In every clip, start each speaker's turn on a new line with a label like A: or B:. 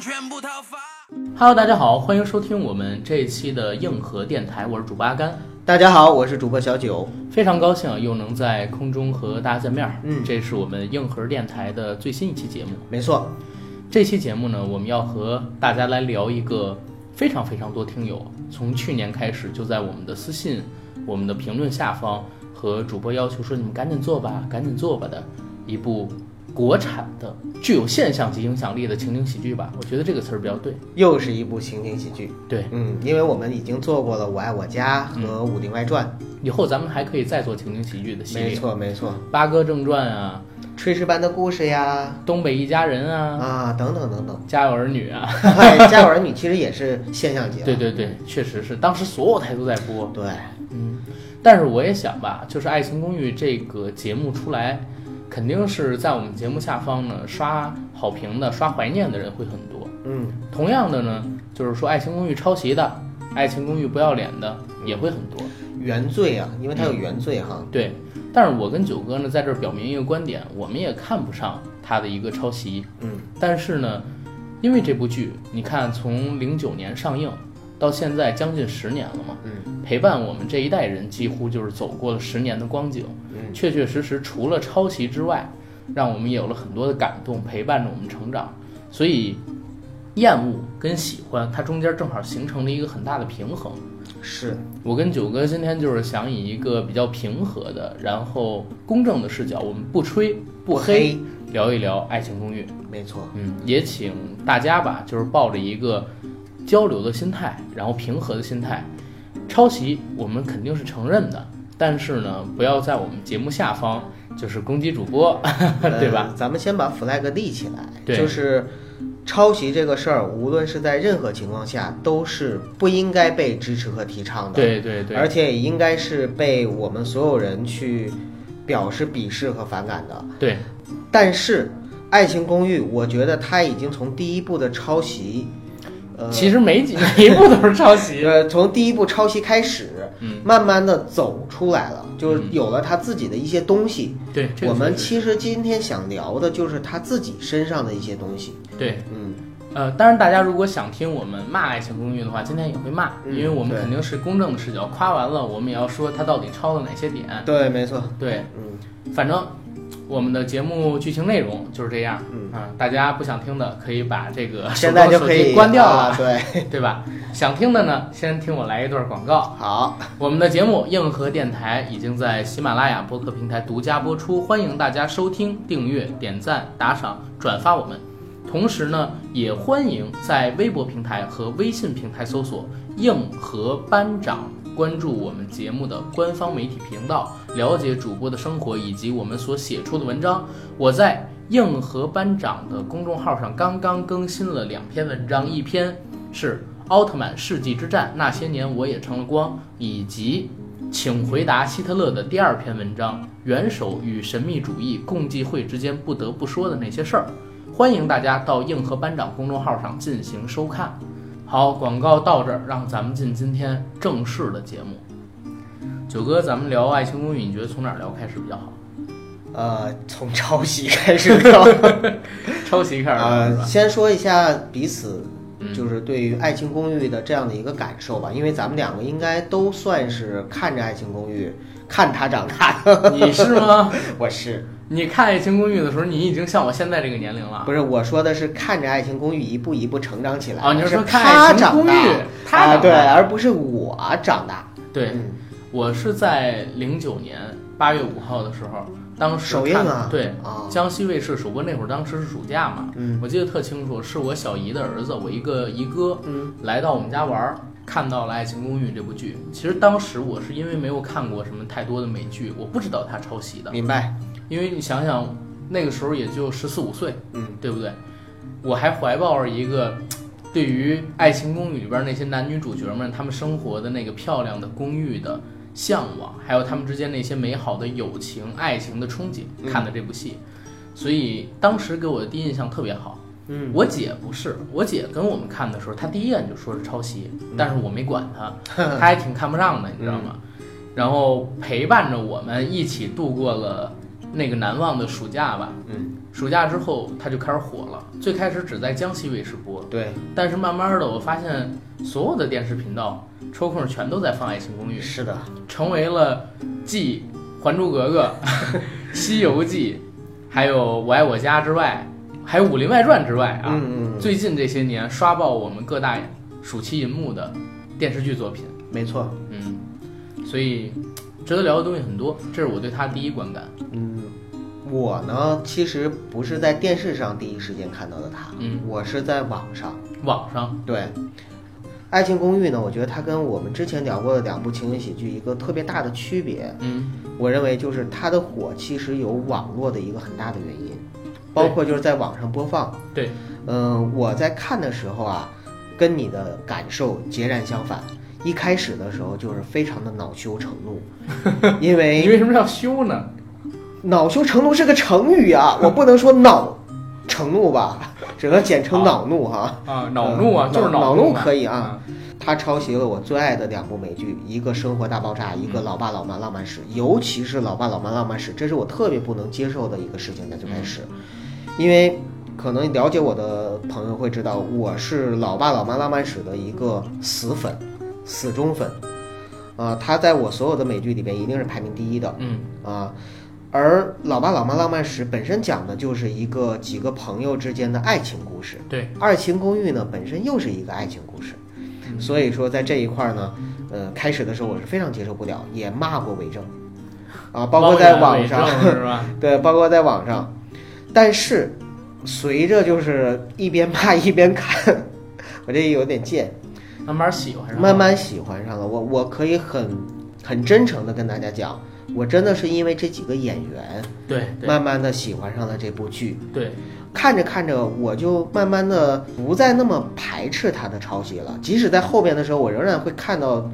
A: 全部讨伐。
B: Hello，大家好，欢迎收听我们这一期的硬核电台，我是主播阿甘，
C: 大家好，我是主播小九。
B: 非常高兴啊又能在空中和大家见面儿。
C: 嗯
B: 这是我们硬核电台的最新一期节目。
C: 没错，
B: 这期节目呢，我们要和大家来聊一个非常非常多听友从去年开始就在我们的私信、我们的评论下方和主播要求说你们赶紧做吧，赶紧做吧的一部国产的具有现象级影响力的情景喜剧吧。我觉得这个词儿比较对。
C: 又是一部情景喜剧。
B: 对，
C: 嗯，因为我们已经做过了《我爱我家》和《武林外传
B: 以后咱们还可以再做情景喜剧的》，嗯系
C: 没
B: 列，《
C: 错没错，
B: 八哥正传》啊，
C: 《炊事班的故事》呀，
B: 《东北一家人》嗯啊，
C: 啊，等等等 等。
B: 《家有儿女》啊。
C: 哎《家有儿女》其实也是现象级了。
B: 对对对，确实是，当时所有台都在播。
C: 对，
B: 嗯，但是我也想吧，就是《爱情公寓》这个节目出来，肯定是在我们节目下方呢刷好评的、刷怀念的人会很多。
C: 嗯，
B: 同样的呢，就是说《爱情公寓》抄袭的、《爱情公寓》不要脸的也会很多。
C: 原罪啊，因为它
B: 嗯
C: 有原罪哈。
B: 对，但是我跟九哥呢在这儿表明一个观点，我们也看不上他的一个抄袭。
C: 嗯，
B: 但是呢，因为这部剧，你看从零九年上映到现在将近十年了嘛，
C: 嗯，
B: 陪伴我们这一代人几乎就是走过了十年的光景，
C: 嗯
B: 确确实实除了抄袭之外，让我们也有了很多的感动，陪伴着我们成长，所以。厌恶跟喜欢，它中间正好形成了一个很大的平衡。
C: 是，
B: 我跟九哥今天就是想以一个比较平和的，然后公正的视角，我们不吹不黑，聊一聊《爱情公寓》。
C: 没错。
B: 嗯，也请大家吧，就是抱着一个交流的心态，然后平和的心态。抄袭我们肯定是承认的，但是呢，不要在我们节目下方就是攻击主播， 对吧？
C: 呃？咱们先把 flag 立起来，
B: 对
C: 就是抄袭这个事儿，无论是在任何情况下，都是不应该被支持和提倡的。
B: 对对对，
C: 哎而且也应该是被我们所有人去表示鄙视和反感的。
B: 对
C: 但是，《爱情公寓》，我觉得它已经从第一部的抄袭，呃，
B: 其实每几 每一部都是抄袭。
C: 呃，从第一部抄袭开始，
B: 嗯，
C: 慢慢的走出来了，就是有了他自己的一些东西。
B: 对，这个
C: 我们
B: 确实
C: 其实今天想聊的就是他自己身上的一些东西。
B: 对
C: 嗯，
B: 呃，当然，大家如果想听我们骂《爱情公寓》的话，今天也会骂，
C: 嗯
B: 因为我们
C: 对
B: 肯定是公正的视角，夸完了，我们也要说它到底抄了哪些点。
C: 对，没错。
B: 对，
C: 嗯，
B: 反正我们的节目剧情内容就是这样。
C: 嗯
B: 啊，大家不想听的可以把这个
C: 现在就可
B: 手
C: 以
B: 机关掉
C: 啊
B: 了，
C: 对，
B: 对吧？想听的呢，先听我来一段广告。
C: 好，
B: 我们的节目《硬核电台》已经在喜马拉雅播客平台独家播出，欢迎大家收听、订阅、点赞、打赏、转发我们。同时呢，也欢迎在微博平台和微信平台搜索“硬核班长”，关注我们节目的官方媒体频道，了解主播的生活以及我们所写出的文章。我在“硬核班长”的公众号上刚刚更新了两篇文章，一篇是《奥特曼世纪之战》那些年我也成了光，以及《请回答希特勒》的第二篇文章《元首与神秘主义共济会之间不得不说的那些事儿》，欢迎大家到硬核班长公众号上进行收看。好，广告到这儿，让咱们进今天正式的节目。九哥，咱们聊《爱情公寓》，你觉得从哪儿聊开始比较好？
C: 呃，从抄袭开始聊。
B: 抄袭开始聊啊是
C: 呃，
B: 吧？
C: 先说一下彼此
B: 嗯
C: 就是对于《爱情公寓》的这样的一个感受吧，因为咱们两个应该都算是看着《爱情公寓》看它长大的。
B: 呃 你是吗？
C: 我是
B: 你看《爱情公寓》的时候，你已经像我现在这个年龄了。
C: 不是我说的是看着《爱情公寓》一步一步成长起来？
B: 哦，你是说看《
C: 他
B: 爱情
C: 长
B: 公寓
C: 大？》？
B: 他
C: 啊
B: 长
C: 对，
B: 大
C: 而不是我长大。
B: 对，
C: 嗯
B: 我是在零九年八月五号的时候，当时
C: 首映啊
B: 看对，
C: 啊，
B: 江西卫视首播那会儿，当时是暑假嘛，
C: 嗯
B: 我记得特清楚，是我小姨的儿子，我一个姨哥
C: 嗯
B: 来到我们家玩儿，看到了《爱情公寓》这部剧。其实当时我是因为没有看过什么太多的美剧，我不知道它抄袭的，
C: 明白。
B: 因为你想想，那个时候也就十四五岁，
C: 嗯，
B: 对不对？我还怀抱着一个对于《爱情公寓》里边那些男女主角们他们生活的那个漂亮的公寓的向往，还有他们之间那些美好的友情、爱情的憧憬，
C: 嗯
B: 看的这部戏，所以当时给我的第一印象特别好。
C: 嗯，
B: 我姐不是，我姐跟我们看的时候，她第一眼就说是抄袭，
C: 嗯
B: 但是我没管 她，她还
C: 嗯
B: 挺看不上的，你知道吗？然后陪伴着我们一起度过了那个难忘的暑假吧。
C: 嗯，
B: 暑假之后，它就开始火了。最开始只在江西卫视播，
C: 对，
B: 但是慢慢的，我发现所有的电视频道抽空全都在放《爱情公寓》，
C: 是的，
B: 成为了继《还珠格 格》《西游记》还有《我爱我家》之外，还有《武林外传》之外啊，
C: 嗯嗯，
B: 最近这些年刷爆我们各大暑期银幕的电视剧作品。
C: 嗯没错，
B: 嗯，所以值得聊的东西很多，这是我对他第一观感。
C: 嗯，我呢其实不是在电视上第一时间看到的他，
B: 嗯，
C: 我是在网上，
B: 网上，
C: 对，《爱情公寓》呢，我觉得它跟我们之前聊过的两部情景喜剧一个特别大的区别，
B: 嗯，
C: 我认为就是它的火其实有网络的一个很大的原因，包括就是在网上播放。
B: 对，
C: 嗯，我在看的时候啊，跟你的感受截然相反。一开始的时候就是非常的恼羞成怒，
B: 你
C: 因为
B: 为什么要修呢？
C: 恼羞成怒是个成语啊，我不能说恼成怒吧，只能简称恼怒哈、
B: 啊，恼怒啊，
C: 嗯
B: 就是
C: 恼
B: 怒
C: 怒
B: 嘛
C: 可以啊。他抄袭了我最爱的两部美剧，一个《生活大爆炸》，一个《老爸老妈浪漫史》，尤其是《老爸老妈浪漫史》，这是我特别不能接受的一个事情，在最开始，因为可能了解我的朋友会知道，我是《老爸老妈浪漫史》的一个死粉、死忠粉，啊、他在我所有的美剧里边一定是排名第一的，
B: 嗯
C: 啊。而《老爸老妈浪漫史》本身讲的就是一个几个朋友之间的爱情故事，
B: 嗯，对，
C: 《爱情公寓》呢本身又是一个爱情故事，
B: 嗯
C: 所以说在这一块儿呢，呃，开始的时候我是非常接受不了，也骂过伪证，啊，包括在网上
B: 猫，眼伪证是吧？
C: 对，包括在网上，但是随着就是一边骂一边看， 我这有点贱，
B: 慢慢喜欢上，
C: 慢，慢喜欢上了我，我可以很很真诚的跟大家讲，我真的是因为这几个演员，
B: 对对
C: 慢慢的喜欢上了这部剧。
B: 对，
C: 看着看着，我就慢慢的不再那么排斥他的抄袭了。即使在后边的时候，我仍然会看到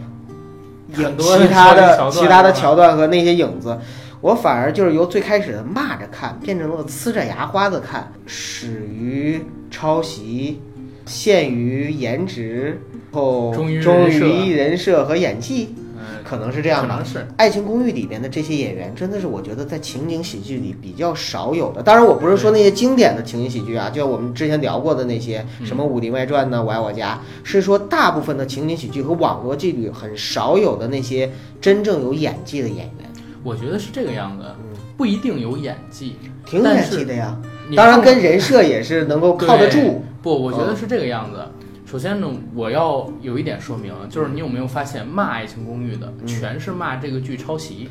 C: 影
B: 很多的
C: 其他
B: 桥
C: 的
B: 段
C: 其他的
B: 是吧
C: 桥段和那些影子，我反而就是由最开始的骂着看，变成了呲着牙花子看，始于抄袭，限于颜值，后
B: 忠于
C: 忠
B: 人设
C: 于人设和演技，
B: 嗯，
C: 可能是这样
B: 可
C: 吧。
B: 能是
C: 《爱情公寓》里边的这些演员，真的是我觉得在情景喜剧里比较少有的。当然，我不是说那些经典的情景喜剧啊，就像我们之前聊过的那些
B: 嗯
C: 什么《武林外传》呢，《我爱我家》，是说大部分的情景喜剧和网络剧里很少有的那些真正有演技的演员，
B: 我觉得是这个样子
C: 嗯，
B: 不一定有演技。
C: 挺有演技的呀。
B: 你
C: 当然，
B: 看过
C: 跟人设也是能够靠得住。嗯
B: 不，我觉得是这个样子。首先呢，我要有一点说明，就是你有没有发现骂《爱情公寓》的
C: 嗯
B: 全是骂这个剧抄袭，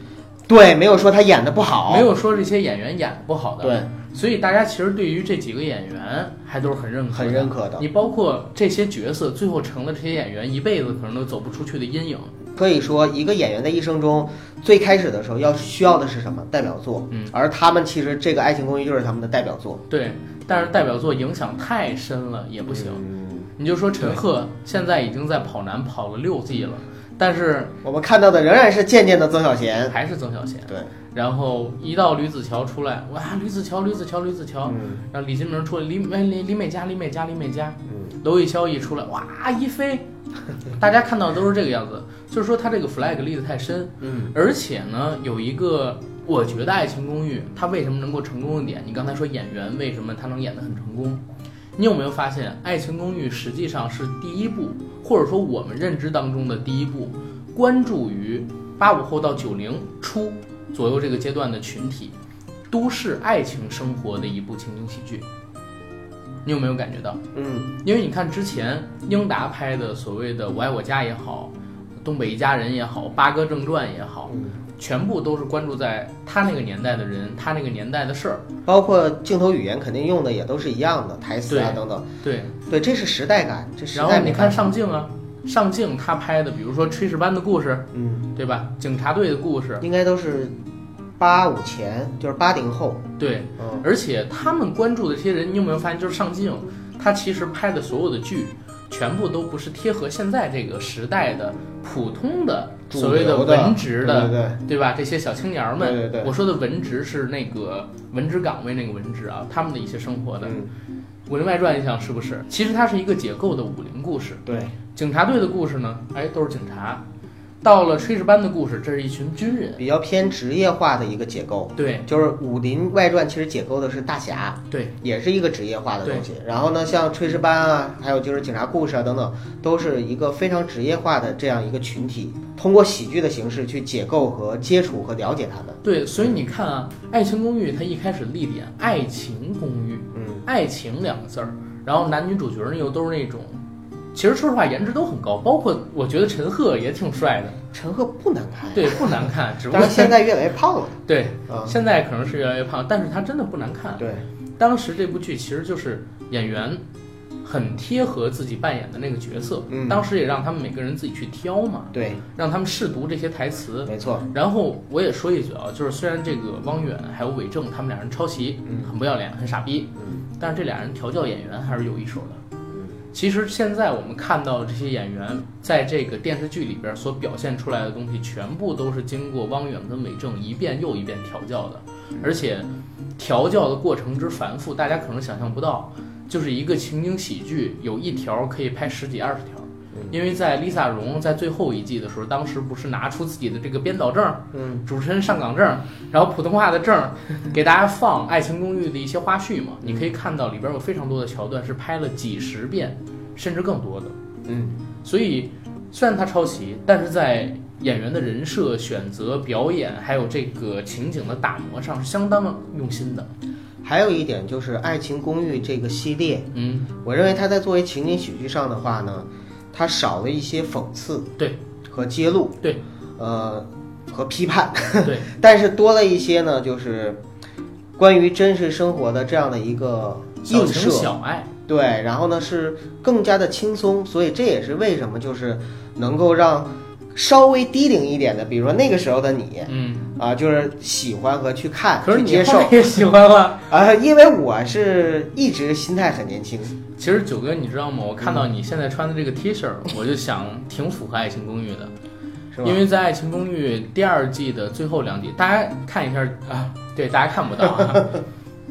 C: 对，没有说他演的不好。
B: 没有说这些演员演得不好的。
C: 对，
B: 所以大家其实对于这几个演员还都是很认可的，
C: 很认可的
B: 你包括这些角色，最后成了这些演员一辈子可能都走不出去的阴影。
C: 可以说，一个演员的一生中，最开始的时候要需要的是什么代表作？
B: 嗯
C: 而他们其实这个《爱情公寓》就是他们的代表作。
B: 对，但是代表作影响太深了，也不行。
C: 嗯
B: 你就说陈赫现在已经在跑男跑了六季了，但是
C: 我们看到的仍然是渐渐的曾小贤。
B: 还是曾小贤。
C: 对，
B: 然后一到吕子乔出来，哇，吕子乔，吕子乔，吕子乔。
C: 嗯
B: 然后李金铭出来，李哎李李美嘉，李美嘉，李美嘉。
C: 嗯，
B: 娄艺潇一出来，哇，一飞。大家看到的都是这个样子，就是说他这个 flag 立得太深。
C: 嗯，
B: 而且呢，有一个我觉得《爱情公寓》它为什么能够成功的点，你刚才说演员为什么他能演得很成功，你有没有发现《爱情公寓》实际上是第一部，或者说我们认知当中的第一部，关注于八五后到九零初左右这个阶段的群体，都市爱情生活的一部情景喜剧。你有没有感觉到？
C: 嗯，
B: 因为你看之前英达拍的所谓的《我爱我家》也好，《东北一家人》也好，《八哥正传》也好，
C: 嗯
B: 全部都是关注在他那个年代的人，他那个年代的事儿。
C: 包括镜头语言肯定用的也都是一样的台词啊
B: 对
C: 等等。
B: 对，
C: 对，这是时代感，这时
B: 然后
C: 代
B: 你
C: 没
B: 看
C: 办法。
B: 上镜啊，上镜他拍的，比如说《炊事班的故事
C: 嗯，》，
B: 对吧？警察队的故事，
C: 应该都是八五前，就是八零后。
B: 对。
C: 嗯，
B: 而且他们关注的这些人，你有没有发现，就是上镜，他其实拍的所有的剧，全部都不是贴合现在这个时代的普通的所谓
C: 主流的
B: 文职的
C: 对对对，
B: 对吧？这些小青年儿们，
C: 对对对
B: 我说的文职是那个文职岗位那个文职啊，他们的一些生活的。
C: 嗯，
B: 武林外传》你想是不是？其实它是一个解构的武林故事。
C: 对，
B: 警察队的故事呢，哎，都是警察。到了炊事班的故事，这是一群军人，
C: 比较偏职业化的一个解构。
B: 对
C: 就是《武林外传》其实解构的是大侠，
B: 对，
C: 也是一个职业化的东西。然后呢，像炊事班啊，还有就是警察故事啊等等，都是一个非常职业化的这样一个群体，通过喜剧的形式去解构和接触和了解他们。
B: 对，所以你看啊，《爱情公寓》它一开始立点“爱情公寓”，
C: 嗯，
B: 爱情两个字儿，然后男女主角呢又都是那种，其实说实话颜值都很高，包括我觉得陈赫也挺帅的，
C: 陈赫不难看呀，
B: 对，不难看，只不
C: 但
B: 过
C: 是现在越来越胖了。
B: 对
C: 啊、
B: 现在可能是越来越胖，但是他真的不难看。
C: 对，
B: 当时这部剧其实就是演员很贴合自己扮演的那个角色，
C: 嗯
B: 当时也让他们每个人自己去挑嘛，
C: 对，
B: 让他们试读这些台词。
C: 没错，
B: 然后我也说一句啊，就是虽然这个汪远还有韦正他们俩人抄袭，
C: 嗯
B: 很不要脸，很傻逼，
C: 嗯
B: 但是这俩人调教演员还是有一手的。
C: 嗯，
B: 其实现在我们看到的这些演员在这个电视剧里边所表现出来的东西，全部都是经过汪远跟韦正一遍又一遍调教的，
C: 嗯
B: 而且调教的过程之繁复，大家可能想象不到。就是一个情景喜剧，有一条可以拍十几二十条
C: 嗯。
B: 因为在 Lisa 荣在最后一季的时候，当时不是拿出自己的这个编导证、
C: 嗯，
B: 主持人上岗证，然后普通话的 证，给大家放《爱情公寓》的一些花絮嘛，你可以看到里边有非常多的桥段是拍了几十遍，甚至更多的。
C: 嗯，
B: 所以虽然它抄袭，但是在演员的人设选择、表演还有这个情景的打磨上是相当用心的。
C: 还有一点就是《爱情公寓》这个系列，
B: 嗯，
C: 我认为它在作为情景喜剧上的话呢，它少了一些讽刺，
B: 对，
C: 和揭露，
B: 对，
C: 呃，和批判，
B: 嗯 对，
C: 但是多了一些呢，就是关于真实生活的这样的一个
B: 小
C: 映
B: 情
C: 射，
B: 小爱，
C: 对，然后呢是更加的轻松，所以这也是为什么就是能够让稍微低龄一点的，比如说那个时候的你
B: 嗯，
C: 啊，就是喜欢和去看、
B: 可是
C: 去
B: 嗯你
C: 接
B: 后
C: 受
B: 来也喜欢了。
C: 啊，因为我是一直心态很年轻，
B: 其实九哥，你知道吗？我看到你现在穿的这个 T 恤，我就想挺符合《爱情公寓》的。
C: 是吧？
B: 因为在《爱情公寓》第二季的最后两集，大家看一下啊，对，大家看不到 啊。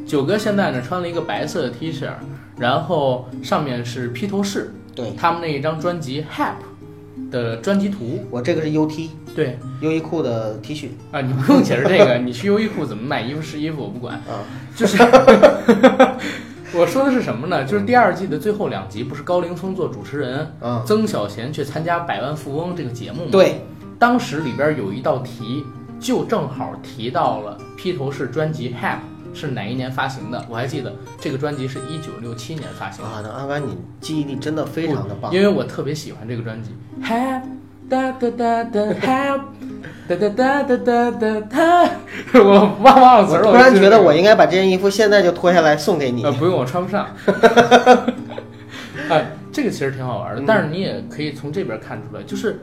B: 九哥现在呢穿了一个白色的 T 恤，然后上面是披头士
C: 对
B: 他们那一张专辑《Hap》的专辑图。
C: 我这个是 UT
B: 对
C: 优衣库的 T 恤
B: 啊，你不用解 释这个，你去优衣库怎么买衣服试衣服我不管，
C: 啊，
B: 就是 我说的是什么呢？就是第二季的最后两集，不是高凌风做主持人，
C: 嗯，
B: 曾小贤去参加《百万富翁》这个节目吗？
C: 对，
B: 当时里边有一道题，就正好提到了披头士专辑《Hap》是哪一年发行的。我还记得这个专辑是一九六七年发行的，
C: 啊，那阿甘你记忆力真的非常的棒
B: 因，为我特别喜欢这个专辑。Hap 哒哒哒哒 Hap 哒哒哒哒哒哒哒， 我忘忘了词
C: 我
B: 儿了。
C: 突然
B: 就
C: 觉得我应该把这件衣服现在就脱下来送给你
B: 呃，不用，我穿不上。 哎，这个其实挺好玩的，
C: 嗯
B: 但是你也可以从这边看出来，就是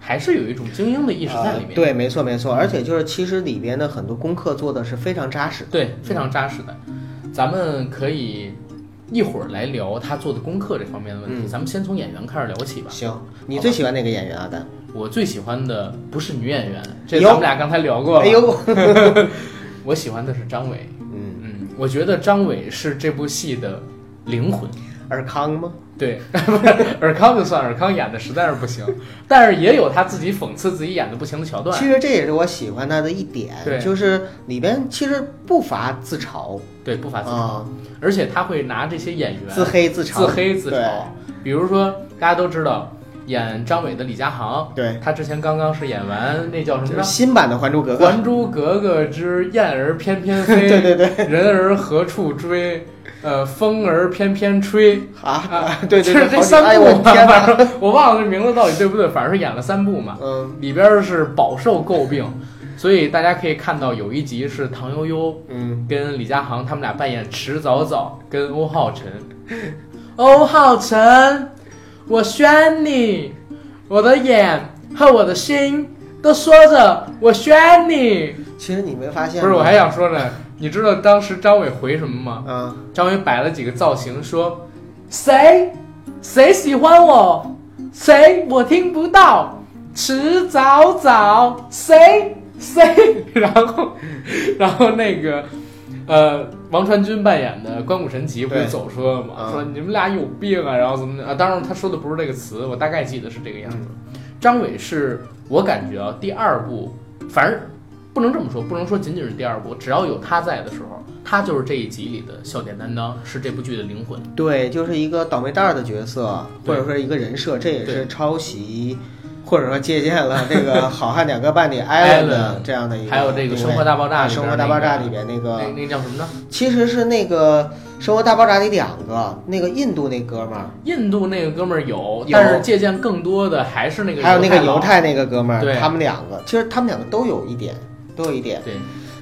B: 还是有一种精英的意识在里面。
C: 呃对，没错没错，而且就是其实里边的很多功课做的是非常扎实的。
B: 对，非常扎实的。咱们可以一会儿来聊他做的功课这方面的问题。
C: 嗯
B: 咱们先从演员开始聊起吧。
C: 行，你最喜欢哪个演员啊？丹？
B: 我最喜欢的不是女演员，这
C: 哎呦
B: 咱们俩刚才聊过了。
C: 哎，呦，
B: 我喜欢的是张伟。
C: 嗯，
B: 嗯，我觉得张伟是这部戏的灵魂。
C: 尔康吗？
B: 对， 尔康就算尔康演的实在是不行，但是也有他自己讽刺自己演的不行的桥段
C: 其。实这也是我喜欢他的一
B: 对
C: 点，就是里边其实不乏自嘲
B: 对，不乏自嘲，
C: 啊，
B: 而且他会拿这些演员
C: 自黑自嘲，
B: 自黑自
C: 对
B: 嘲。比如说，大家都知道演张伟的李佳航，
C: 对，
B: 他之前刚刚是演完那叫什
C: 就
B: 么
C: 是
B: 《
C: 新版的《还珠格格》。
B: 还珠格格之燕儿翩翩飞》，
C: 对对对，
B: 人儿何处追？呃，风儿翩翩吹。
C: 啊，对对对，
B: 就是这
C: 好几
B: 三
C: 哎呦
B: 部
C: 我
B: 吧，
C: 天
B: 反
C: 哪，
B: 正我忘了这名字到底对不对，反正是演了三部嘛，
C: 嗯
B: 里边儿是饱受诟病，所以大家可以看到有一集是唐悠悠
C: 嗯，
B: 跟李佳航他们俩扮演迟早早跟欧浩辰。欧浩辰，我选你，我的眼和我的心都说着我选你。
C: 其实你没发现
B: 不
C: 吗，
B: 是，我还想说呢，你知道当时张伟回什么吗？
C: 啊，
B: 张伟摆了几个造型，说谁谁喜欢我，谁我听不到，迟早早谁谁， 然后然后那个呃王传君扮演的关谷神奇不
C: 对
B: 就走出来了吗？
C: 嗯
B: 说你们俩有病啊，然后怎么啊？当然他说的不是这个词，我大概记得是这个样子。张伟是我感觉啊，第二部，反正不能这么说，不能说仅仅是第二部，只要有他在的时候，他就是这一集里的笑点担当，是这部剧的灵魂。
C: 对，就是一个倒霉蛋儿的角色，
B: 对
C: 或者说一个人设，这也
B: 对
C: 是抄袭，或者说借鉴了这个 《好汉两个半》里
B: Alan，
C: 艾伦的这样的一个，
B: 还有这个生活大爆炸
C: 啊
B: 里边
C: 生
B: 那
C: 活大爆炸
B: 个
C: 里边那
B: 那
C: 个，
B: 那叫什么呢？
C: 其实是那个《生活大爆炸》里两个，那个印度那哥们儿，
B: 印度那个哥们儿有
C: 有，
B: 但是借鉴更多的还是那个
C: 还有那个犹
B: 犹
C: 太那个哥们
B: 对
C: 儿，他们两个，其实他们两个都有一点，都有一点
B: 佬，，对，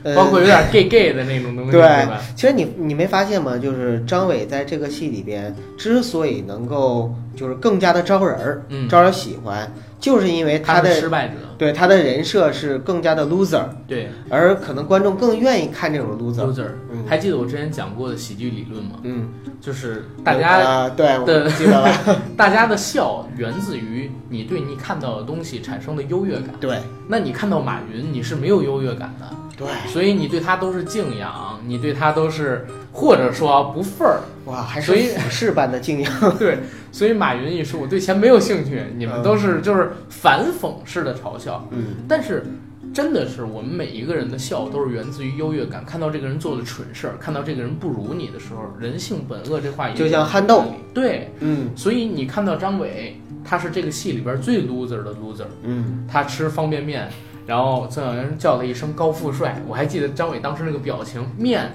C: 呃
B: 包括有点 gay gay 的那种东西，
C: 对
B: 对吧？
C: 其实你你没发现吗？就是张伟在这个戏里边之所以能够就是更加的招人儿，
B: 嗯
C: 招人喜欢，就是因为
B: 他
C: 的
B: 是失败者，
C: 对他的人设是更加的 loser，
B: 对
C: 而可能观众更愿意看这种 loser。
B: ，loser。
C: 嗯
B: 还记得我之前讲过的喜剧理论吗？
C: 嗯，
B: 就是大
C: 有
B: 家
C: 啊，对，
B: 的
C: 我记得了，
B: 大家的笑源自于你对你看到的东西产生的优越感。
C: 对
B: 那你看到马云，你是没有优越感的，
C: 对，
B: 所以你对他都是敬仰，你对他都是或者说不忿儿。
C: 哇，还是
B: 所以
C: 俯视般的敬 仰。
B: 对，所以马云一说我对钱没有兴趣，你们都是就是反讽式的嘲笑。
C: 嗯，
B: 但是真的是我们每一个人的笑都是源自于优越感，看到这个人做的蠢事儿，看到这个人不如你的时候，人性本恶这话也
C: 就
B: 有
C: 像
B: 道
C: 憨豆
B: 理。对，
C: 嗯
B: 所以你看到张伟，他是这个戏里边最 loser 的 loser，
C: 嗯，
B: 他吃方便面。然后曾小燕叫他一声高富帅，我还记得张伟当时那个表情，面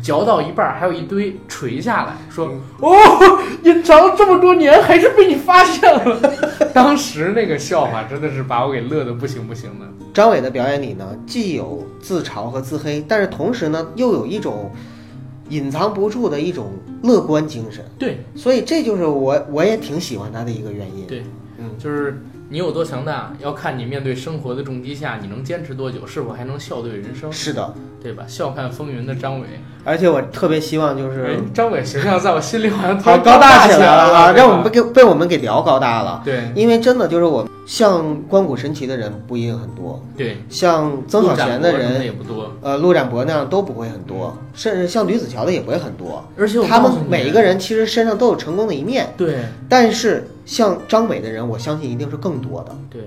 B: 嚼到一半儿还有一堆垂下来，说：“哦， 隐藏这么多年还是被你发现了。” 当时那个笑话真的是把我给乐得不行不行的。
C: 张伟的表演里呢，既有自嘲和自黑，但是同时呢，又有一种隐藏不住的一种乐观精神。
B: 对
C: 所以这就是我我也挺喜欢他的一个原因。
B: 对，
C: 嗯，
B: 就是你有多强大，要看你面对生活的重击下，你能坚持多久，是否还能笑对人生，
C: 是的，
B: 对吧？笑看风云的张伟，
C: 而且我特别希望
B: 哎
C: 就是，
B: 张伟形象在我心里好像突
C: 好
B: 然
C: 高
B: 大
C: 起
B: 来
C: 了啊，
B: 对吧
C: 让我们给被我们给聊高大了。
B: 对
C: 因为真的就是我像关谷神奇的人不一定很多，
B: 对，
C: 像曾小贤
B: 的
C: 人，
B: 也不多，
C: 呃，陆展博那样都不会很多，甚至像吕子乔的也不会很多。
B: 而且我
C: 他
B: 告诉
C: 们
B: 你啊
C: 每一个人其实身上都有成功的一面，
B: 对
C: 但是像张伟的人，我相信一定是更多的，
B: 对，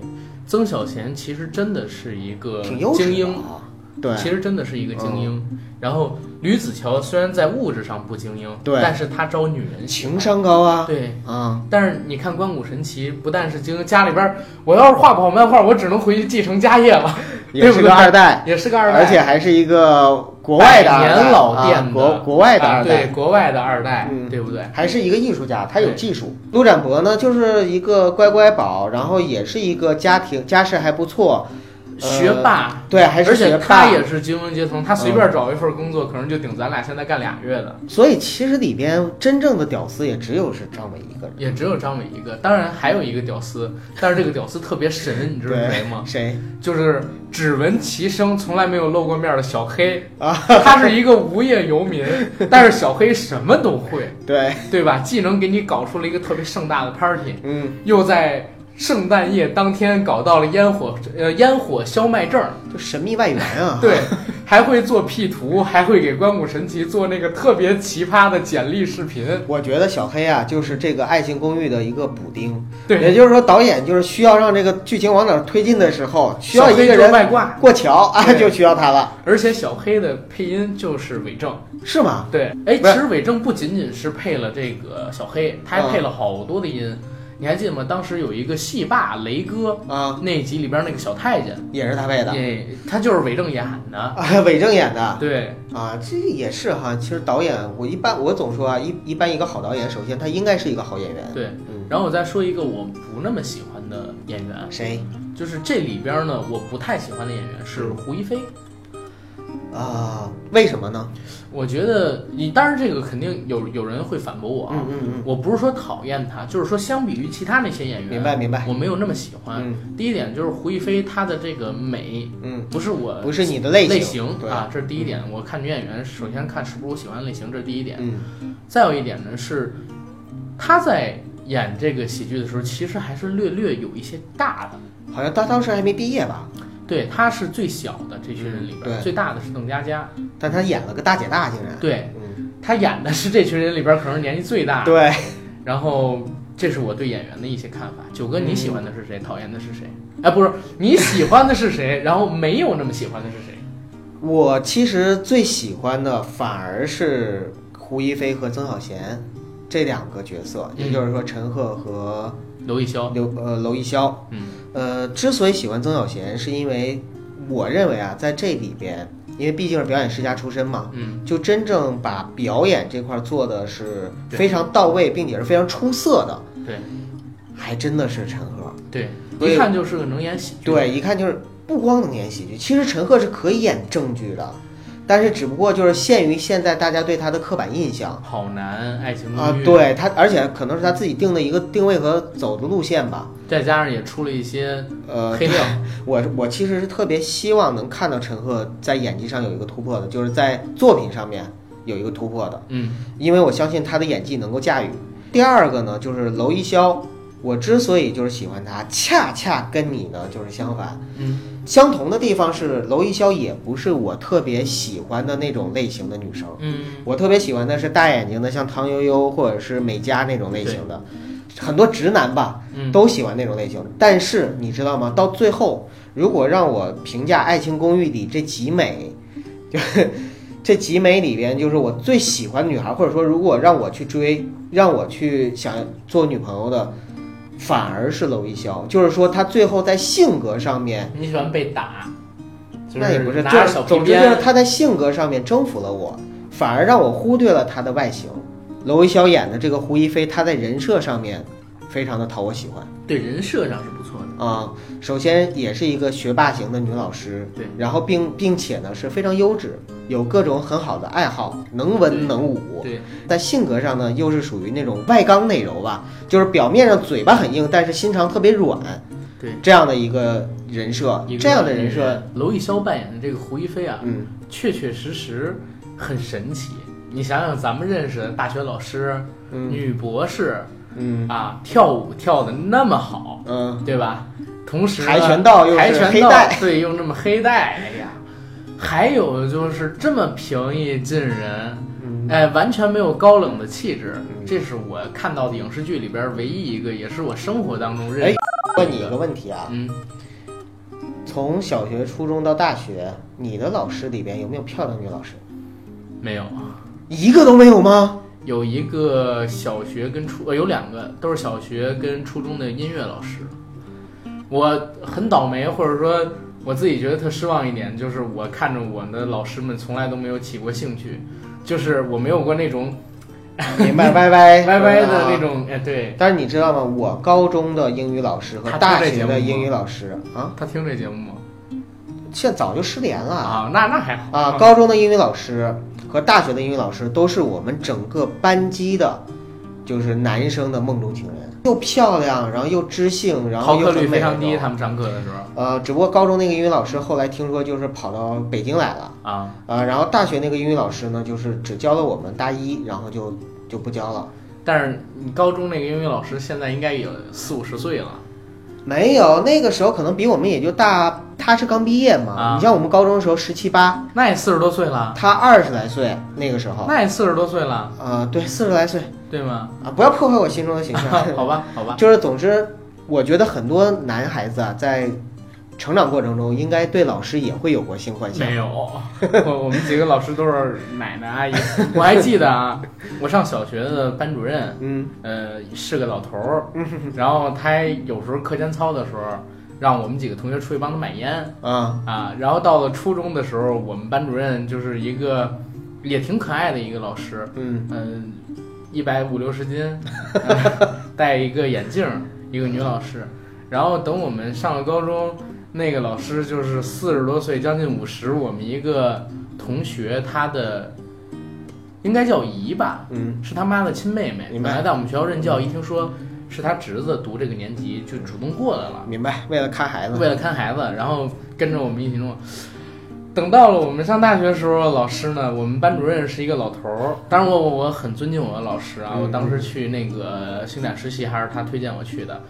B: 曾小贤其实真的是一个
C: 挺优
B: 呃精
C: 质的
B: 英，
C: 啊。对，嗯
B: 其实真的是一个精英。然后吕子乔虽然在物质上不精英，
C: 对
B: 但是他招女人喜欢
C: 情商高啊，
B: 对。
C: 啊，
B: 但是你看关谷神奇，不但是精英，家里边儿我要是画不好漫画，我只能回去继承家业了，
C: 也 是个二代，
B: 也是个二代，
C: 而且还是一个国外的二代
B: 百年老店的
C: 啊、国国外的
B: 啊
C: 二代。
B: 对国外的二代，
C: 嗯
B: 对不对？
C: 还是一个艺术家，他有
B: 对
C: 技术。陆展博呢，就是一个乖乖宝，然后也是一个家庭家世还不错，呃
B: 学霸，
C: 对，还是
B: 而且
C: 学
B: 他
C: 霸。嗯
B: 也是精英阶层，他随便找一份工作，可能就顶咱俩现在干俩月的，
C: 所以其实里边真正的屌丝也只有是张伟一个人。
B: 也只有张伟一个。当然还有一个屌丝，但是这个屌丝特别神，你知道是谁吗？
C: 谁？
B: 就是只闻其声，从来没有露过面的小黑
C: 啊，
B: 他是一个无业游民，但是小黑什么都会，
C: 对，
B: 对吧？既能给你搞出了一个特别盛大的 party，
C: 嗯，
B: 又在圣诞夜当天搞到了烟火呃烟火消卖证，
C: 就神秘外援啊。
B: 对，还会做 P 图，还会给关谷神奇做那个特别奇葩的简历视频。
C: 我觉得小黑啊，就是这个《爱情公寓》的一个补丁。
B: 对
C: 也就是说，导演就是需要让这个剧情往哪儿推进的时候，需要一个
B: 小黑就是
C: 人
B: 外挂，
C: 过桥啊，
B: 对
C: 就需要他了，
B: 而且小黑的配音就是伪证。
C: 是吗？
B: 对，哎，
C: 不
B: 其
C: 是
B: 实伪证不仅仅是配了这个小黑，他还配了好多的音。你还记得吗？当时有一个戏霸雷哥
C: 啊，
B: 那集里边那个小太监，
C: 也是他配的
B: 哎，他就是伪证演的。
C: 啊， 伪证演的。
B: 对，
C: 啊，这也是哈。其实导演，我一般我总说啊，一一般一个好导演，首先他应该是一个好演员。
B: 对
C: 嗯，
B: 然后我再说一个我不那么喜欢的演员，
C: 谁
B: 就是这里边呢，我不太喜欢的演员是胡一菲。
C: 啊？为什么呢？
B: 我觉得你，当然这个肯定有有人会反驳我啊，
C: 嗯嗯
B: 我不是说讨厌他，就是说相比于其他那些演
C: 嗯，
B: 员，
C: 明白明白。
B: 我没有那么喜欢。
C: 嗯
B: 第一点就是胡一菲她的这个美
C: 嗯，
B: 不是我
C: 不是你的类型。
B: 类
C: 对，
B: 啊，这是第一点。我看女演员首先看是不是我喜欢的类型，这是第一点。
C: 嗯
B: 再有一点呢是，她在演这个喜剧的时候，其实还是略略有一些大的。
C: 好像他当时还没毕业吧？
B: 对，她是最小的这群人里边，
C: 嗯对
B: 最大的是邓家佳。
C: 但他演了个大姐大，竟然。
B: 对
C: 嗯，
B: 她演的是这群人里边可能年纪最大的。
C: 对，
B: 然后这是我对演员的一些看法。九
C: 嗯
B: 哥，你喜欢的是谁？讨厌的是谁？哎，不是，你喜欢的是谁？然后没有那么喜欢的是谁？
C: 我其实最喜欢的反而是胡一菲和曾小贤这两个角色，
B: 嗯
C: 也就是说陈赫和
B: 娄艺潇，
C: 刘呃娄艺潇。
B: 嗯，
C: 呃，之所以喜欢曾小贤，是因为我认为啊，在这里边，因为毕竟是表演世家出身嘛，
B: 嗯，
C: 就真正把表演这块做的是
B: 对
C: 非常到位，并且是非常出色的，
B: 对
C: 还真的是陈赫。
B: 对，
C: 对
B: 一看就是个能演喜剧。
C: 对，一看就是不光能演喜剧，其实陈赫是可以演正剧的，但是只不过就是限于现在大家对他的刻板印象
B: 好男、爱情
C: 啊
B: 公寓，，，
C: 对他，而且可能是他自己定的一个定位和走的路线吧。
B: 再加上也出了一些
C: 呃，
B: 黑料，
C: 我我其实是特别希望能看到陈赫在演技上有一个突破的，就是在作品上面有一个突破的，
B: 嗯
C: 因为我相信他的演技能够驾驭。第二个呢，就是娄艺潇，我之所以就是喜欢他，恰恰跟你呢就是相反。
B: 嗯
C: 相同的地方是，娄艺潇也不是我特别喜欢的那种类型的女生。
B: 嗯，
C: 我特别喜欢的是大眼睛的，像唐悠悠或者是美嘉那种类型的，很多直男吧
B: 嗯
C: 都喜欢那种类型。但是你知道吗？到最后，如果让我评价《爱情公寓》里这几美， 就这几美里边，就是我最喜欢的女孩，或者说如果让我去追，让我去想做女朋友的，反而是娄艺潇。就是说，她最后在性格上面。
B: 你喜欢被打，就
C: 那也不是，
B: 拿着
C: 就是
B: 小皮
C: 总之就是
B: 鞭，
C: 他在性格上面征服了我，反而让我忽略了他的外形。娄艺潇演的这个胡一菲，她在人设上面非常的讨我喜欢
B: 对人设上是不错的。
C: 啊、首先也是一个学霸型的女老师，
B: 对
C: 然后并并且呢是非常优质，有各种很好的爱好，能
B: 对
C: 文能武。
B: 对，
C: 在性格上呢，又是属于那种外刚内柔吧，就是表面上嘴巴很硬，但是心肠特别软。
B: 对
C: 这样的一个人设
B: 一，个
C: 这样的人设，，
B: 娄艺潇扮演的这个胡一菲啊，
C: 嗯，
B: 确确实实很神奇。你想想，咱们认识的大学老师、
C: 嗯
B: 女博士
C: 嗯
B: 啊，跳舞跳的那么好，
C: 嗯。
B: 对吧？同时呢
C: 跆拳道又是
B: 跆拳道
C: 黑带
B: 对，又那么黑带，哎呀，还有就是这么平易近人，
C: 嗯
B: 哎，完全没有高冷的气质，
C: 嗯
B: 这是我看到的影视剧里边唯一一个，也是我生活当中认
C: 哎
B: 识。，
C: 问你一个问题啊，
B: 嗯，
C: 从小学、初中到大学，你的老师里边有没有漂亮女老师？
B: 没有，
C: 一个都没 有吗？
B: 有一个小学跟初，呃，有两个都是小学跟初中的音乐老师。我很倒霉，或者说我自己觉得特失望一点，就是我看着我的老师们从来都没有起过兴趣，就是我没有过那种
C: 明白歪歪啊
B: 歪歪的那。种，哎，对
C: 但是你知道吗？我高中的英语老师和
B: 他听
C: 大
B: 这节
C: 学
B: 目吗
C: 的英语老师啊，
B: 他听这节目吗？
C: 现在早就失联了
B: 啊，那那还好
C: 啊。高中的英语老师和大学的英语老师都是我们整个班级的，就是男生的梦中情人，又漂亮，然后又知性，然
B: 逃
C: 后又
B: 课率
C: 很
B: 非
C: 美
B: 常低，
C: 柔。
B: 他们上课的时候
C: 呃，只不过高中那个英语老师后来听说就是跑到北京来了。
B: 啊，
C: 啊，然后大学那个英语老师呢，就是只教了我们大一，然后就就不教了。
B: 但是你高中那个英语老师现在应该也四五十岁了，
C: 没有，那个时候可能比我们也就大，他是刚毕业嘛。
B: 啊
C: 你像我们高中的时候十七八，
B: 那也四十多岁了，
C: 他二十来岁那个时候，
B: 那也四十多岁了，
C: 呃，对，四十来岁
B: 对吗？
C: 啊，不要破坏我心中的形象。
B: 好吧，好吧。
C: 就是总之，我觉得很多男孩子啊，在成长过程中，应该对老师也会有过性幻想
B: 没。有，我我们几个老师都是奶奶阿姨。 我还记得啊，我上小学的班主任，
C: 嗯，
B: 呃，是个老头儿，然后他有时候课间操的时候，让我们几个同学出去帮他买烟
C: 啊，
B: 啊。然后到了初中的时候，我们班主任就是一个也挺可爱的一个老师，
C: 嗯，
B: 嗯，一百五六十斤，呃戴一个眼镜儿，一个女老师。然后等我们上了高中，那个老师就是四十多岁，将近五十。我们一个同学，她的应该叫姨吧，
C: 嗯，
B: 是他妈的亲妹妹。
C: 明
B: 本
C: 白
B: 来在我们学校任教，一听说是他侄子读这个年级，就主动过来了。
C: 明白。为了看孩子，
B: 为了看孩子，然后跟着我们一起弄。等到了我们上大学的时候，老师呢，我们班主任是一个老头儿。当然我，我我很尊敬我的老师啊，
C: 嗯
B: 我当时去那个星展实习还是他推荐我去的。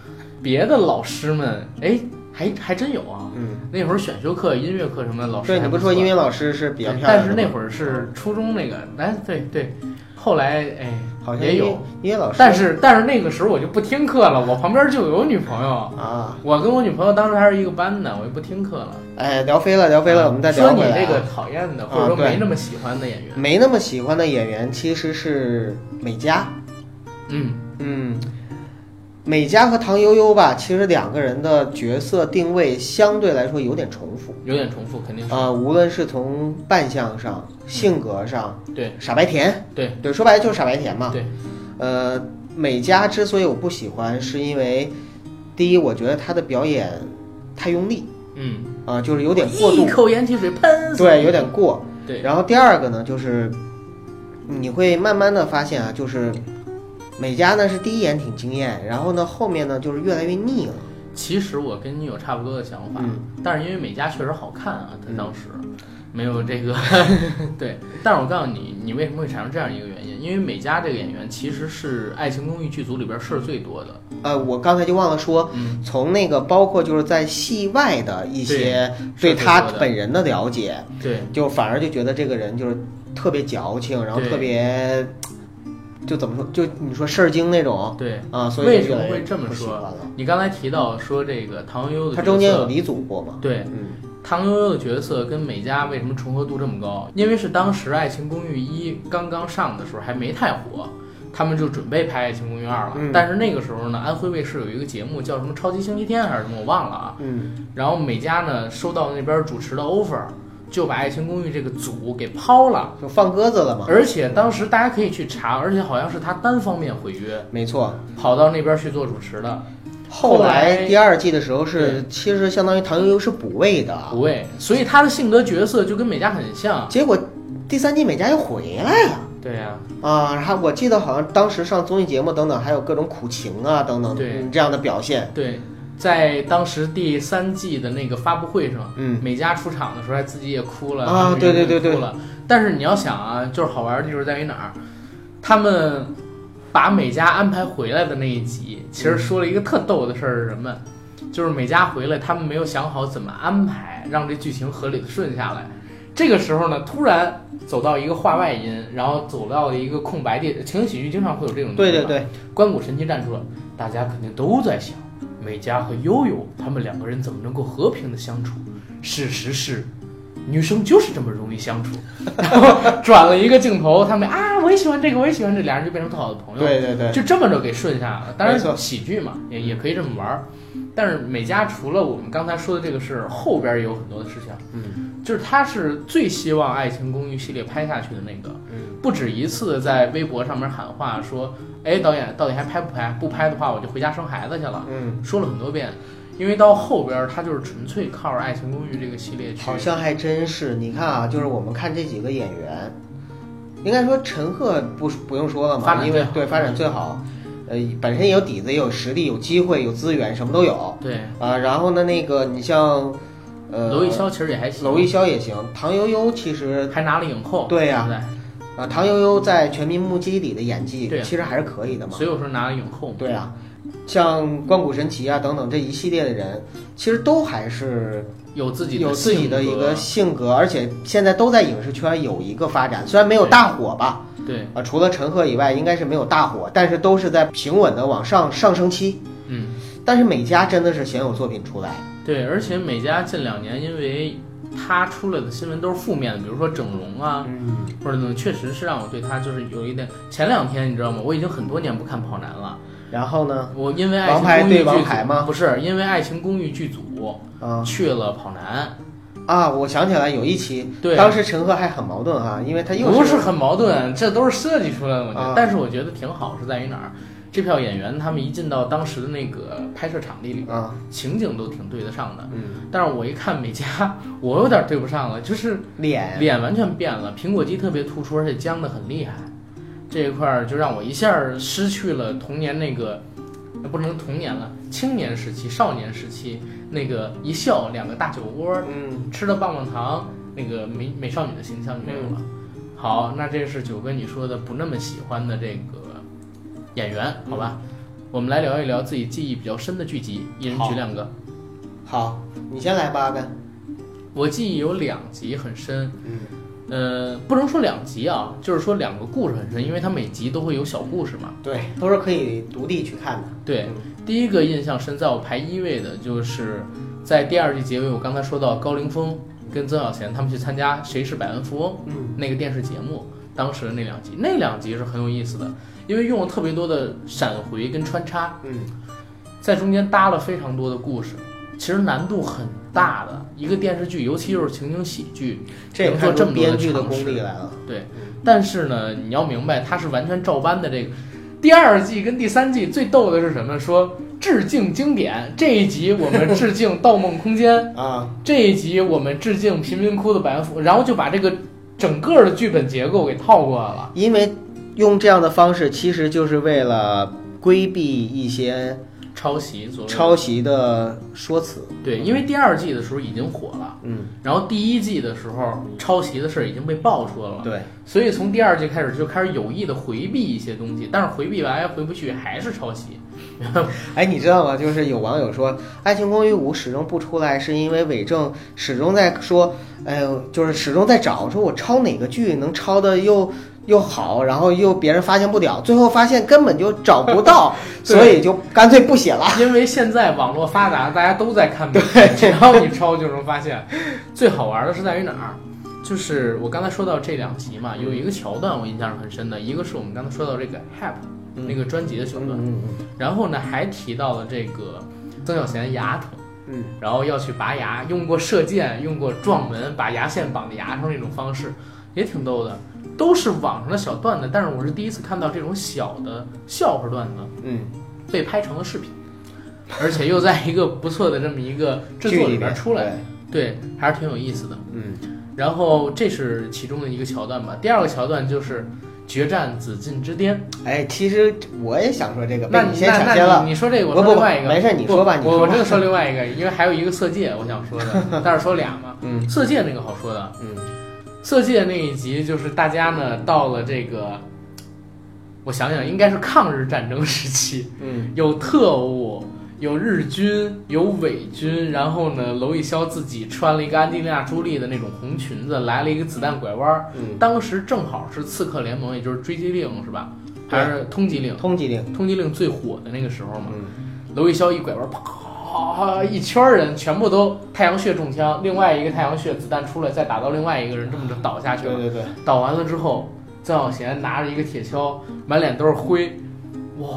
B: 别的老师们，哎，还还真有啊。
C: 嗯，
B: 那会儿选修课、音乐课什么的，老师
C: 对，
B: 还
C: 你不
B: 不
C: 说
B: 错
C: 英语老师是比较
B: 对
C: 漂亮的吗，
B: 但是那会儿是初中那个，哎，对对，后来哎，
C: 好像
B: 也有
C: 你也老师，
B: 但是但是那个时候我就不听课了，我旁边就有女朋友，
C: 啊，
B: 我跟我女朋友当时还是一个班的，我就不听课了。
C: 哎，聊飞了，聊飞了，我们再
B: 说
C: 聊
B: 你
C: 回来、啊。
B: 这个讨厌的，
C: 啊
B: 或者说
C: 对
B: 没那么喜欢的演员，
C: 没那么喜欢的演员其实是美嘉，
B: 嗯
C: 嗯，美嘉和唐悠悠吧，其实两个人的角色定位相对来说有点重复。
B: 有点重复，肯定是
C: 啊，无论是从扮相上、性格上，
B: 对
C: 傻白甜，
B: 对
C: 对，说白了就是傻白甜嘛。
B: 对，
C: 呃，美嘉之所以我不喜欢，是因为第一，我觉得她的表演太用力
B: 嗯，
C: 啊、就是有点过度
B: 一，口盐汽水喷死，
C: 对，有点过。
B: 对，
C: 然后第二个呢，就是你会慢慢的发现啊，就是美嘉呢是第一眼挺惊艳，然后呢后面呢就是越来越腻了。
B: 其实我跟你有差不多的想法，
C: 嗯
B: 但是因为美嘉确实好看啊，她当时没有这个， 对。但是我告诉你，你为什么会产生这样一个原因？因为美嘉这个演员其实是《爱情公寓》剧组里边事儿最多的，
C: 呃，我刚才就忘了说，
B: 嗯
C: 从那个包括就是在戏外的一些对
B: 对
C: 他
B: 是这样的
C: 本人的了解，
B: 对
C: 就反而就觉得这个人就是特别矫情，然后
B: 对
C: 特别就怎么说，就你说事儿精那种
B: 对。
C: 啊，所以
B: 为
C: 就
B: 什么
C: 越来
B: 会
C: 越
B: 这么
C: 不喜欢
B: 说
C: 了？？
B: 你刚才提到说这个唐悠悠的
C: 他
B: 角色，
C: 中间有离组过嘛？
B: 对
C: 嗯，
B: 唐悠悠的角色跟美嘉为什么重合度这么高？因为是当时《爱情公寓一》刚刚上的时候还没太火，他们就准备拍《爱情公寓二》了。
C: 嗯
B: 但是那个时候呢，安徽卫视有一个节目叫什么《超级星期天》还是什么，我忘了啊。
C: 嗯，
B: 然后美嘉呢收到那边主持的 offer，就把《爱情公寓》这个组给抛了。
C: 就放鸽子了嘛？
B: 而且当时大家可以去查，而且好像是他单方面毁约，
C: 没错，
B: 跑到那边去做主持的，
C: 后
B: 后
C: 来
B: 来
C: 第二季的时候是，其实相当于唐悠悠是补位的，啊
B: 不为。所以他的性格角色就跟美嘉很像。
C: 结果第三季美嘉又回来了
B: 对呀、
C: 啊！然后我记得好像当时上综艺节目等等，还有各种苦情啊等等，
B: 对
C: 嗯这样的表现，
B: 对，在当时第三季的那个发布会上，
C: 嗯，
B: 美嘉出场的时候，还自己也哭了
C: 啊
B: 然后
C: 对对对
B: 也
C: 对
B: 哭了。但是你要想啊，就是好玩的地方在于哪儿？他们把美嘉安排回来的那一集，其
C: 嗯
B: 实说了一个特逗的事儿是什么？就是美嘉回来，他们没有想好怎么安排，让这剧情合理的顺下来。这个时候呢，突然走到一个话外音，然后走到了一个空白地，情景喜剧经常会有这种
C: 对对
B: 地方
C: 对，
B: 关谷神奇站出了，大家肯定都在想，美嘉和悠悠他们两个人怎么能够和平的相处？事实是，女生就是这么容易相 处。然后转了一个镜头，他们啊，我也喜欢这个，我也喜欢这，俩人就变成特好的朋友。
C: 对对对，
B: 就这么着给顺下了。当
C: 没错
B: 然，喜剧嘛，也也可以这么玩儿。但是美嘉除了我们刚才说的这个事，后边也有很多的事情。
C: 嗯，
B: 就是他是最希望《爱情公寓》系列拍下去的那个，
C: 嗯，
B: 不止一次地在微博上面喊话说：“哎，导演到底还拍不拍？不拍的话，我就回家生孩子去了。”
C: 嗯，
B: 说了很多遍。因为到后边，他就是纯粹靠着《爱情公寓》这个系列去，
C: 好像还真是。你看啊，就是我们看这几个演员，应该说陈赫不不用说了
B: 发
C: 嘛，
B: 展
C: 因为
B: 最好
C: 对发展最好，呃，本身也有底子，也有实力，有机会，有资源，什么都有
B: 对
C: 啊。然后呢，那个你像，呃，
B: 娄艺潇其实也还行，
C: 娄艺潇也行，唐悠悠其实
B: 还拿了影后，
C: 对呀
B: 不对
C: 啊，唐悠悠在《全民目击》里的演技
B: 对啊
C: 其实还是可以的嘛。
B: 所以我说拿了影后嘛，
C: 对啊，像关谷神奇啊等等这一系列的人，其实都还是
B: 有自己的
C: 有自己
B: 性
C: 的一
B: 格
C: 个性格，而且现在都在影视圈有一个发展，虽然没有大火吧，
B: 对，
C: 啊，除了陈赫以外，应该是没有大火，但是都是在平稳的往上上升期。
B: 嗯，
C: 但是每家真的是鲜有作品出来，
B: 对，而且美嘉近两年因为她出来的新闻都是负面的，比如说整容啊，
C: 嗯，
B: 或者那种，确实是让我对她就是有一点。前两天你知道吗？我已经很多年不看《跑男》了，
C: 然后呢，
B: 我因为《爱
C: 王
B: 情
C: 牌
B: 公寓》剧
C: 对王
B: 组
C: 牌吗
B: 不是，因为《爱情公寓》剧组
C: 啊
B: 去了《跑男
C: 啊，我想起来有一期，
B: 对
C: 当时陈赫还很矛盾哈、因为他》，又
B: 不是很矛盾，这都是设计出来的，我觉
C: 啊
B: 得。但是我觉得挺好，是在于哪儿？这票演员他们一进到当时的那个拍摄场地里，
C: 啊，
B: 情景都挺对得上的。
C: 嗯，
B: 但是我一看美嘉，我有点对不上了，就是
C: 脸
B: 脸完全变了，苹果肌特别突出，而且僵得很厉害，这一块儿就让我一下儿失去了童年那个，呃不能童年了，青年时期、少年时期那个一笑两个大酒窝，
C: 嗯，
B: 吃了棒棒糖那个美美少女的形象就没有了。好，那这是九哥你说的不那么喜欢的这个演员，好吧？我们来聊一聊自己记忆比较深的剧集，一人
C: 好
B: 举两个。
C: 好，你先来吧，阿甘，
B: 我记忆有两集很深，
C: 嗯，
B: 呃，不能说两集啊，就是说两个故事很深，因为它每集都会有小故事嘛。
C: 对，都是可以独立去看的。
B: 对，第一个印象深，在我排一位的就是在第二季结尾，我刚才说到高凌风跟曾小贤他们去参加《谁是百万富翁》
C: 嗯
B: 那个电视节目，当时的那两集，那两集是很有意思的，因为用了特别多的闪回跟穿插，
C: 嗯，
B: 在中间搭了非常多的故事，其实难度很大的一个电视剧，尤其又是情景喜剧，
C: 这也
B: 能做
C: 看
B: 这
C: 出
B: 么多
C: 编剧的
B: 尝
C: 功
B: 试
C: 力来了。
B: 对，但是呢，你要明白，它是完全照搬的这个。第二季跟第三季最逗的是什么？说致敬经典，这一集我们致敬《盗梦空间》，
C: 啊，
B: 这一集我们致敬贫民窟的百万富翁，然后就把这个整个的剧本结构给套过来了。
C: 因为用这样的方式，其实就是为了规避一些
B: 抄袭所谓的
C: 抄袭的说辞。
B: 对，因为第二季的时候已经火了，
C: 嗯，
B: 然后第一季的时候抄袭的事儿已经被爆出来了，
C: 对，
B: 所以从第二季开始就开始有意的回避一些东西，但是回避完还回不去，还是抄袭。
C: 哎，你知道吗？就是有网友说，《爱情公寓五》始终不出来，是因为伪证始终在说，哎呦，就是始终在找，说我抄哪个剧能抄的又又好，然后又别人发现不了，最后发现根本就找不到，
B: 对
C: 所以就干脆不写了。
B: 因为现在网络发达，大家都在 看美剧，只要你抄就能发现。最好玩的是在于哪儿？就是我刚才说到这两集嘛，有一个桥段我印象是很深的，一个是我们刚才说到这个 Hap、
C: 嗯
B: 那个专辑的桥段，
C: 嗯
B: 然后呢还提到了这个曾小贤牙疼，
C: 嗯
B: 然后要去拔牙，用过射箭，用过撞门，把牙线绑在牙上那种方式，也挺逗的，都是网上的小段子，但是我是第一次看到这种小的笑话段子。
C: 嗯
B: 被拍成了视频，而且又在一个不错的这么一个
C: 嗯，
B: 制
C: 剧
B: 作
C: 里
B: 边出来，
C: 对，
B: 对，还是挺有意思的。
C: 嗯
B: 然后这是其中的一个桥段吧。第二个桥段就是决战紫禁之巅。
C: 哎，其实我也想说这个，
B: 那
C: 被你
B: 你
C: 先
B: 那
C: 抢先
B: 那
C: 了。
B: 你你说这个，我说
C: 不不
B: 另
C: 不
B: 外一个，
C: 没事你说吧
B: 不
C: 你说吧
B: 我我这个说另外一个，因为还有一个色戒，我想说 的，但是说俩嘛。
C: 嗯
B: 色戒那个好说的，
C: 嗯
B: 色戒那一集就是大家呢到了这个，我想想应该是抗日战争时期，
C: 嗯
B: 有特务，有日军，有伪军，然后呢，娄艺潇自己穿了一个安吉丽娜·朱莉的那种红裙子，来了一个子弹拐弯儿。
C: 嗯，
B: 当时正好是《刺客联盟》，也就是《追击令》是吧？
C: 对
B: 还是《通缉令》？
C: 通缉令。
B: 《通缉令》最火的那个时候嘛。
C: 嗯
B: 娄艺潇一拐弯，啪，一圈儿人全部都太阳穴中枪，另外一个太阳穴子弹出来，再打到另外一个人，这么着倒下去了
C: 对。对对，
B: 倒完了之后，曾小贤拿着一个铁锹，满脸都是灰，哇，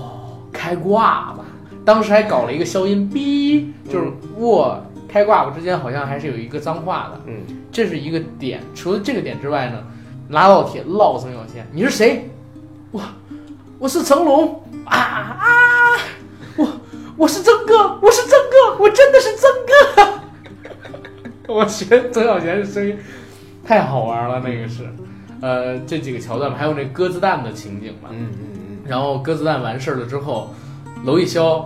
B: 开挂吧！当时还搞了一个消音，哔，就是哇，开挂吧之间好像还是有一个脏话的，
C: 嗯，
B: 这是一个点。除了这个点之外呢，拿烙铁烙曾小贤，你是谁？我，我是成龙啊啊！我我是曾哥，我是曾哥，我真的是曾哥。 我学曾小贤的声音太好玩了，那个是，呃，这几个桥段，还有那鸽子蛋的情景嘛。
C: 嗯嗯嗯，
B: 然后鸽子蛋完事儿了之后，娄艺潇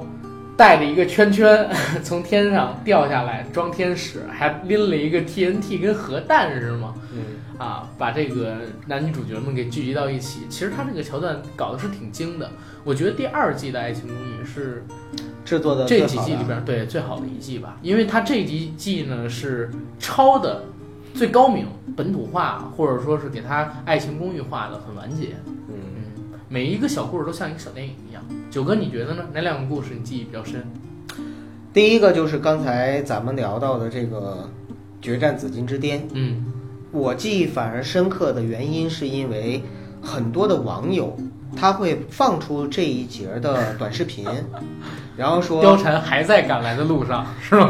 B: 带着一个圈圈 从天上掉下来装天使，还拎了一个 TNT 跟核弹是吗？
C: 嗯，
B: 啊，把这个男女主角们给聚集到一起。其实他这个桥段搞的是挺精的，我觉得第二季的《爱情公寓》是
C: 制作的
B: 这
C: 呃最
B: 几
C: 好
B: 季
C: 的啊
B: 里边儿对最好的一季吧，因为它这一季呢是抄的最高明本土化，或者说是给它《爱情公寓》化的很完结。
C: 嗯，
B: 嗯，每一个小故事都像一个小电影一样。九哥，你觉得呢？哪两个故事你记忆比较深？
C: 第一个就是刚才咱们聊到的这个《决战紫禁之巅》，
B: 嗯
C: 我记忆反而深刻的原因是因为很多的网友他会放出这一节的短视频，然后说
B: 貂蝉还在赶来的路 上，是吗？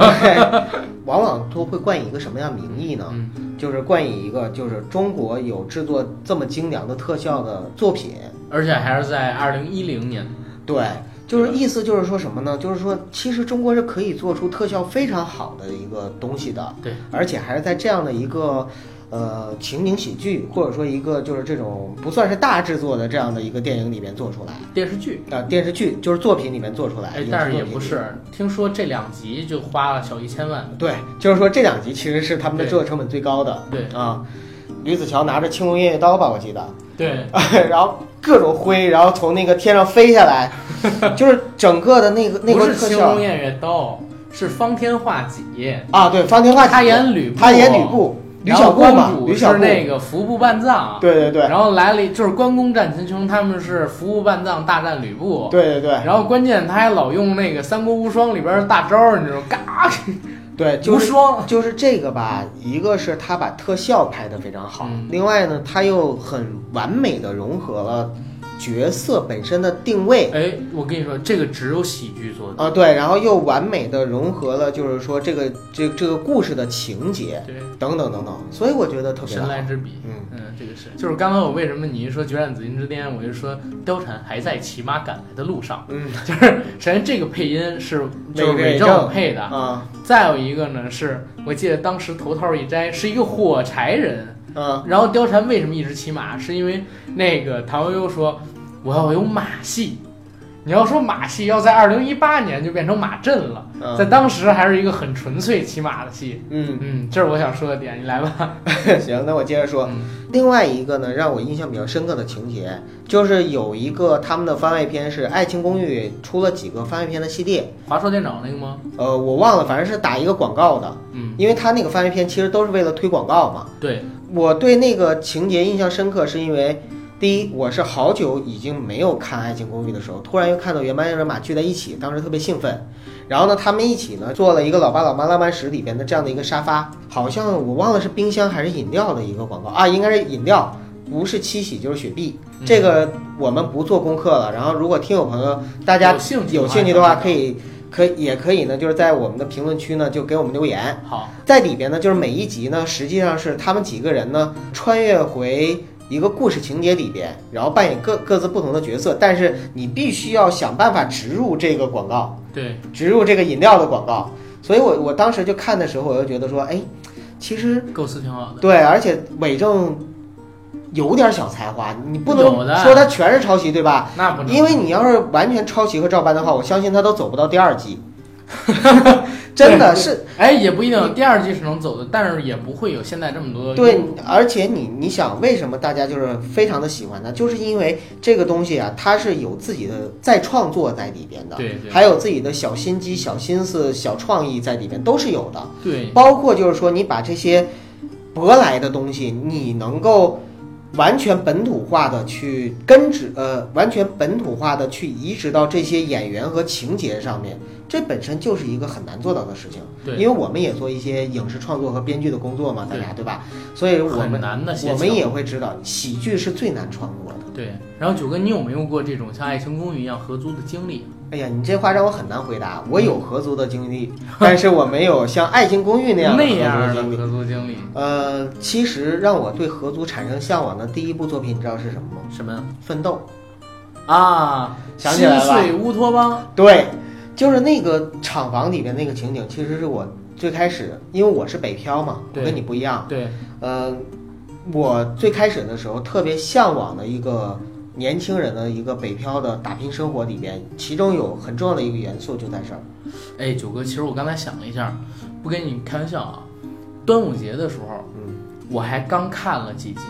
C: 往往都会冠以一个什么样的名义呢？
B: 嗯
C: 就是冠以一个就是中国有制作这么精良的特效的作品，
B: 而且还是在二零一零年。啊
C: 对，就是意思就是说什么呢？就是说，其实中国是可以做出特效非常好的一个东西的，
B: 对，
C: 而且还是在这样的一个呃情景喜剧，或者说一个就是这种不算是大制作的这样的一个电影里面做出来，
B: 电视剧。
C: 啊、电视剧就是作品里面做出来，
B: 嗯哎
C: 影，视
B: 但是
C: 作
B: 也
C: 品
B: 不
C: 里面。
B: 是，听说这两集就花了小一千万。
C: 对，就是说这两集其实是他们的
B: 对
C: 制作成本最高的
B: 对
C: 啊。吕子乔拿着青龙偃月刀吧，我记得，
B: 对，
C: 然后各种挥，然后从那个天上飞下 来，就是整个的那个那
B: 不
C: 个
B: 是
C: 特
B: 青龙
C: 效
B: 偃月刀，是方天画戟。
C: 啊，对，方天画戟，
B: 他演吕布，
C: 他演吕布，吕小
B: 然后
C: 贡
B: 关
C: 吧
B: 谷
C: 吕小
B: 是
C: 贡
B: 那个服部半藏，
C: 对对对
B: 然后来了一就是关公战秦琼，他们是服部半藏大战吕布，
C: 对对对，
B: 然后关键他还老用那个《三国无双》里边的大招儿，你知道，嘎，
C: 对，就
B: 无
C: 是
B: 双，
C: 就是这个吧，一个是他把特效拍得非常好，
B: 嗯
C: 另外呢，他又很完美的融合了角色本身的定位。
B: 哎，我跟你说，这个只有喜剧做的，
C: 啊，对，然后又完美的融合了，就是说这个这这个故事的情节
B: 对，
C: 等等等等，所以我觉得特别
B: 神
C: 好。
B: 来之笔。
C: 嗯，
B: 嗯，这个是，就是刚刚我为什么你一说《决战紫禁之巅》，我就说貂蝉还在骑马赶来的路上，
C: 嗯
B: 就是首先这个配音是就是
C: 韦
B: 韦
C: 正
B: 正配的，
C: 啊
B: 再有一个呢是我记得当时头套一摘是一个火柴人，
C: 啊，
B: 然后貂蝉为什么一直骑马，是因为那个唐悠悠说我要有马戏，你要说马戏要在二零一八年就变成马阵了，
C: 嗯
B: 在当时还是一个很纯粹骑马的戏，
C: 嗯，
B: 嗯，这是我想说的点，你来吧，
C: 行，那我接着说。
B: 嗯
C: 另外一个呢，让我印象比较深刻的情节，就是有一个他们的番外篇是《爱情公寓》出了几个番外篇的系列，
B: 华硕电脑那个吗？
C: 呃，我忘了，反正是打一个广告的，
B: 嗯，
C: 因为他那个番外篇其实都是为了推广告嘛。
B: 对，
C: 我对那个情节印象深刻，是因为第一，我是好久已经没有看《爱情公寓》的时候，突然又看到原班人马聚在一起，当时特别兴奋。然后呢，他们一起呢做了一个《老爸老妈浪漫史》里边的这样的一个沙发，好像我忘了是冰箱还是饮料的一个广告啊，应该是饮料，不是七喜就是雪碧。
B: 嗯
C: 这个我们不做功课了。然后，如果听友朋友大家
B: 有兴趣
C: 有兴趣的话，可
B: 以
C: 以可以也可以呢，就是在我们的评论区呢就给我们留言。
B: 好，
C: 在里边呢，就是每一集呢，实际上是他们几个人呢穿越回一个故事情节里边，然后扮演各各自不同的角色，但是你必须要想办法植入这个广告，
B: 对，
C: 植入这个饮料的广告。所以我我当时就看的时候，我就觉得说，哎，其实
B: 构思挺好的，
C: 对，而且伪证有点小才华，你不能
B: 有的
C: 说他全是抄袭，对吧？
B: 那不能，
C: 因为你要是完全抄袭和照搬的话，我相信他都走不到第二季。 真的是，
B: 哎也不一定，第二季是能走的，但是也不会有现在这么多
C: 对，而且你你想，为什么大家就是非常的喜欢它，就是因为这个东西啊，它是有自己的再创作在里边的，
B: 对对
C: 还有自己的小心机、小心思、小创意在里边都是有的。
B: 对
C: 包括就是说，你把这些舶来的东西，你能够完全本土化的去根植，呃，完全本土化的去移植到这些演员和情节上面，这本身就是一个很难做到的事情。因
B: 对，
C: 为我们也做一些影视创作和编剧的工作嘛，大家对吧？所以我
B: 很
C: 们
B: 难的现
C: 我
B: 象，
C: 们也会知道，喜剧是最难创作的。
B: 对。然后九哥，你有没有过这种像《爱情公寓》一样合租的经历？
C: 哎呀，你这话让我很难回答。我有合租的 经历，但是我没有像《爱情公寓》那样的
B: 那样的
C: 合租经历。
B: 合租经历，
C: 呃，其实让我对合租产生向往的第一部作品，你知道是什么吗？
B: 什么
C: 奋斗。
B: 啊？
C: 想起来了
B: 心碎乌托邦，
C: 对，就是那个厂房里面那个情景，其实是我最开始，因为我是北漂嘛，我
B: 对
C: 跟你不一样。
B: 对，
C: 呃，我最开始的时候特别向往的一个年轻人的一个北漂的打拼生活里边，其中有很重要的一个元素就在这儿。
B: 哎，九哥，其实我刚才想了一下，不跟你开玩笑啊，端午节的时候，
C: 嗯，
B: 我还刚看了几集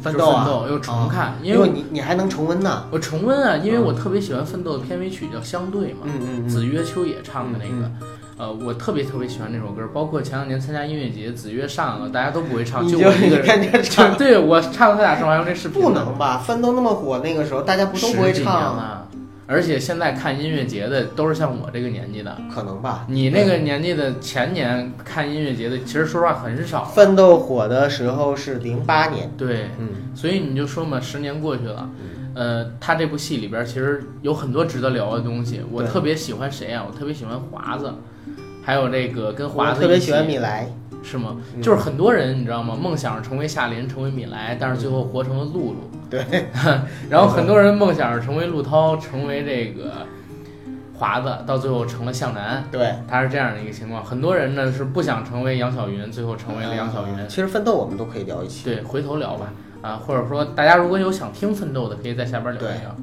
B: 《
C: 奋
B: 斗
C: 斗》啊
B: 奋斗又重看，
C: 因
B: 因为
C: 你你还能重温呢。
B: 我重温啊，因为我特别喜欢《奋斗》的片尾曲叫《相对》嘛，
C: 嗯嗯嗯
B: 子曰秋野唱的那个，呃，我特别特别喜欢那首歌，包括前两年参加音乐节，子曰上了，大家都不会唱，
C: 你
B: 我一
C: 你
B: 个人
C: 看这
B: 唱，
C: 唱
B: 对我唱了他俩唱完还有那视频呢，
C: 嗯不能吧？奋斗那么火，那个时候大家不都不会
B: 十几年
C: 唱？
B: 了。而且现在看音乐节的都是像我这个年纪的，
C: 可能吧。
B: 你那个年纪的前年看音乐节的，其实说实话很少。
C: 奋斗火的时候是零八年，
B: 对，
C: 嗯，
B: 所以你就说嘛，十年过去了，呃，他这部戏里边其实有很多值得聊的东西。我
C: 对
B: 特别喜欢谁啊？我特别喜欢华子，还有这个跟
C: 我
B: 华子
C: 特别
B: 一起
C: 喜欢米莱，
B: 是吗？
C: 嗯
B: 就是很多人你知道吗？梦想是成为夏琳，成为米莱，但是最后活成了露露。
C: 对，
B: 然后很多人梦想是成为陆涛，成为这个华子，到最后成了向南。
C: 对，
B: 他是这样的一个情况，很多人呢是不想成为杨晓云，最后成为
C: 啊
B: 了杨晓云。
C: 其实奋斗我们都可以聊一起。
B: 对，回头聊吧。啊，或者说大家如果有想听奋斗的，可以在下边聊一聊。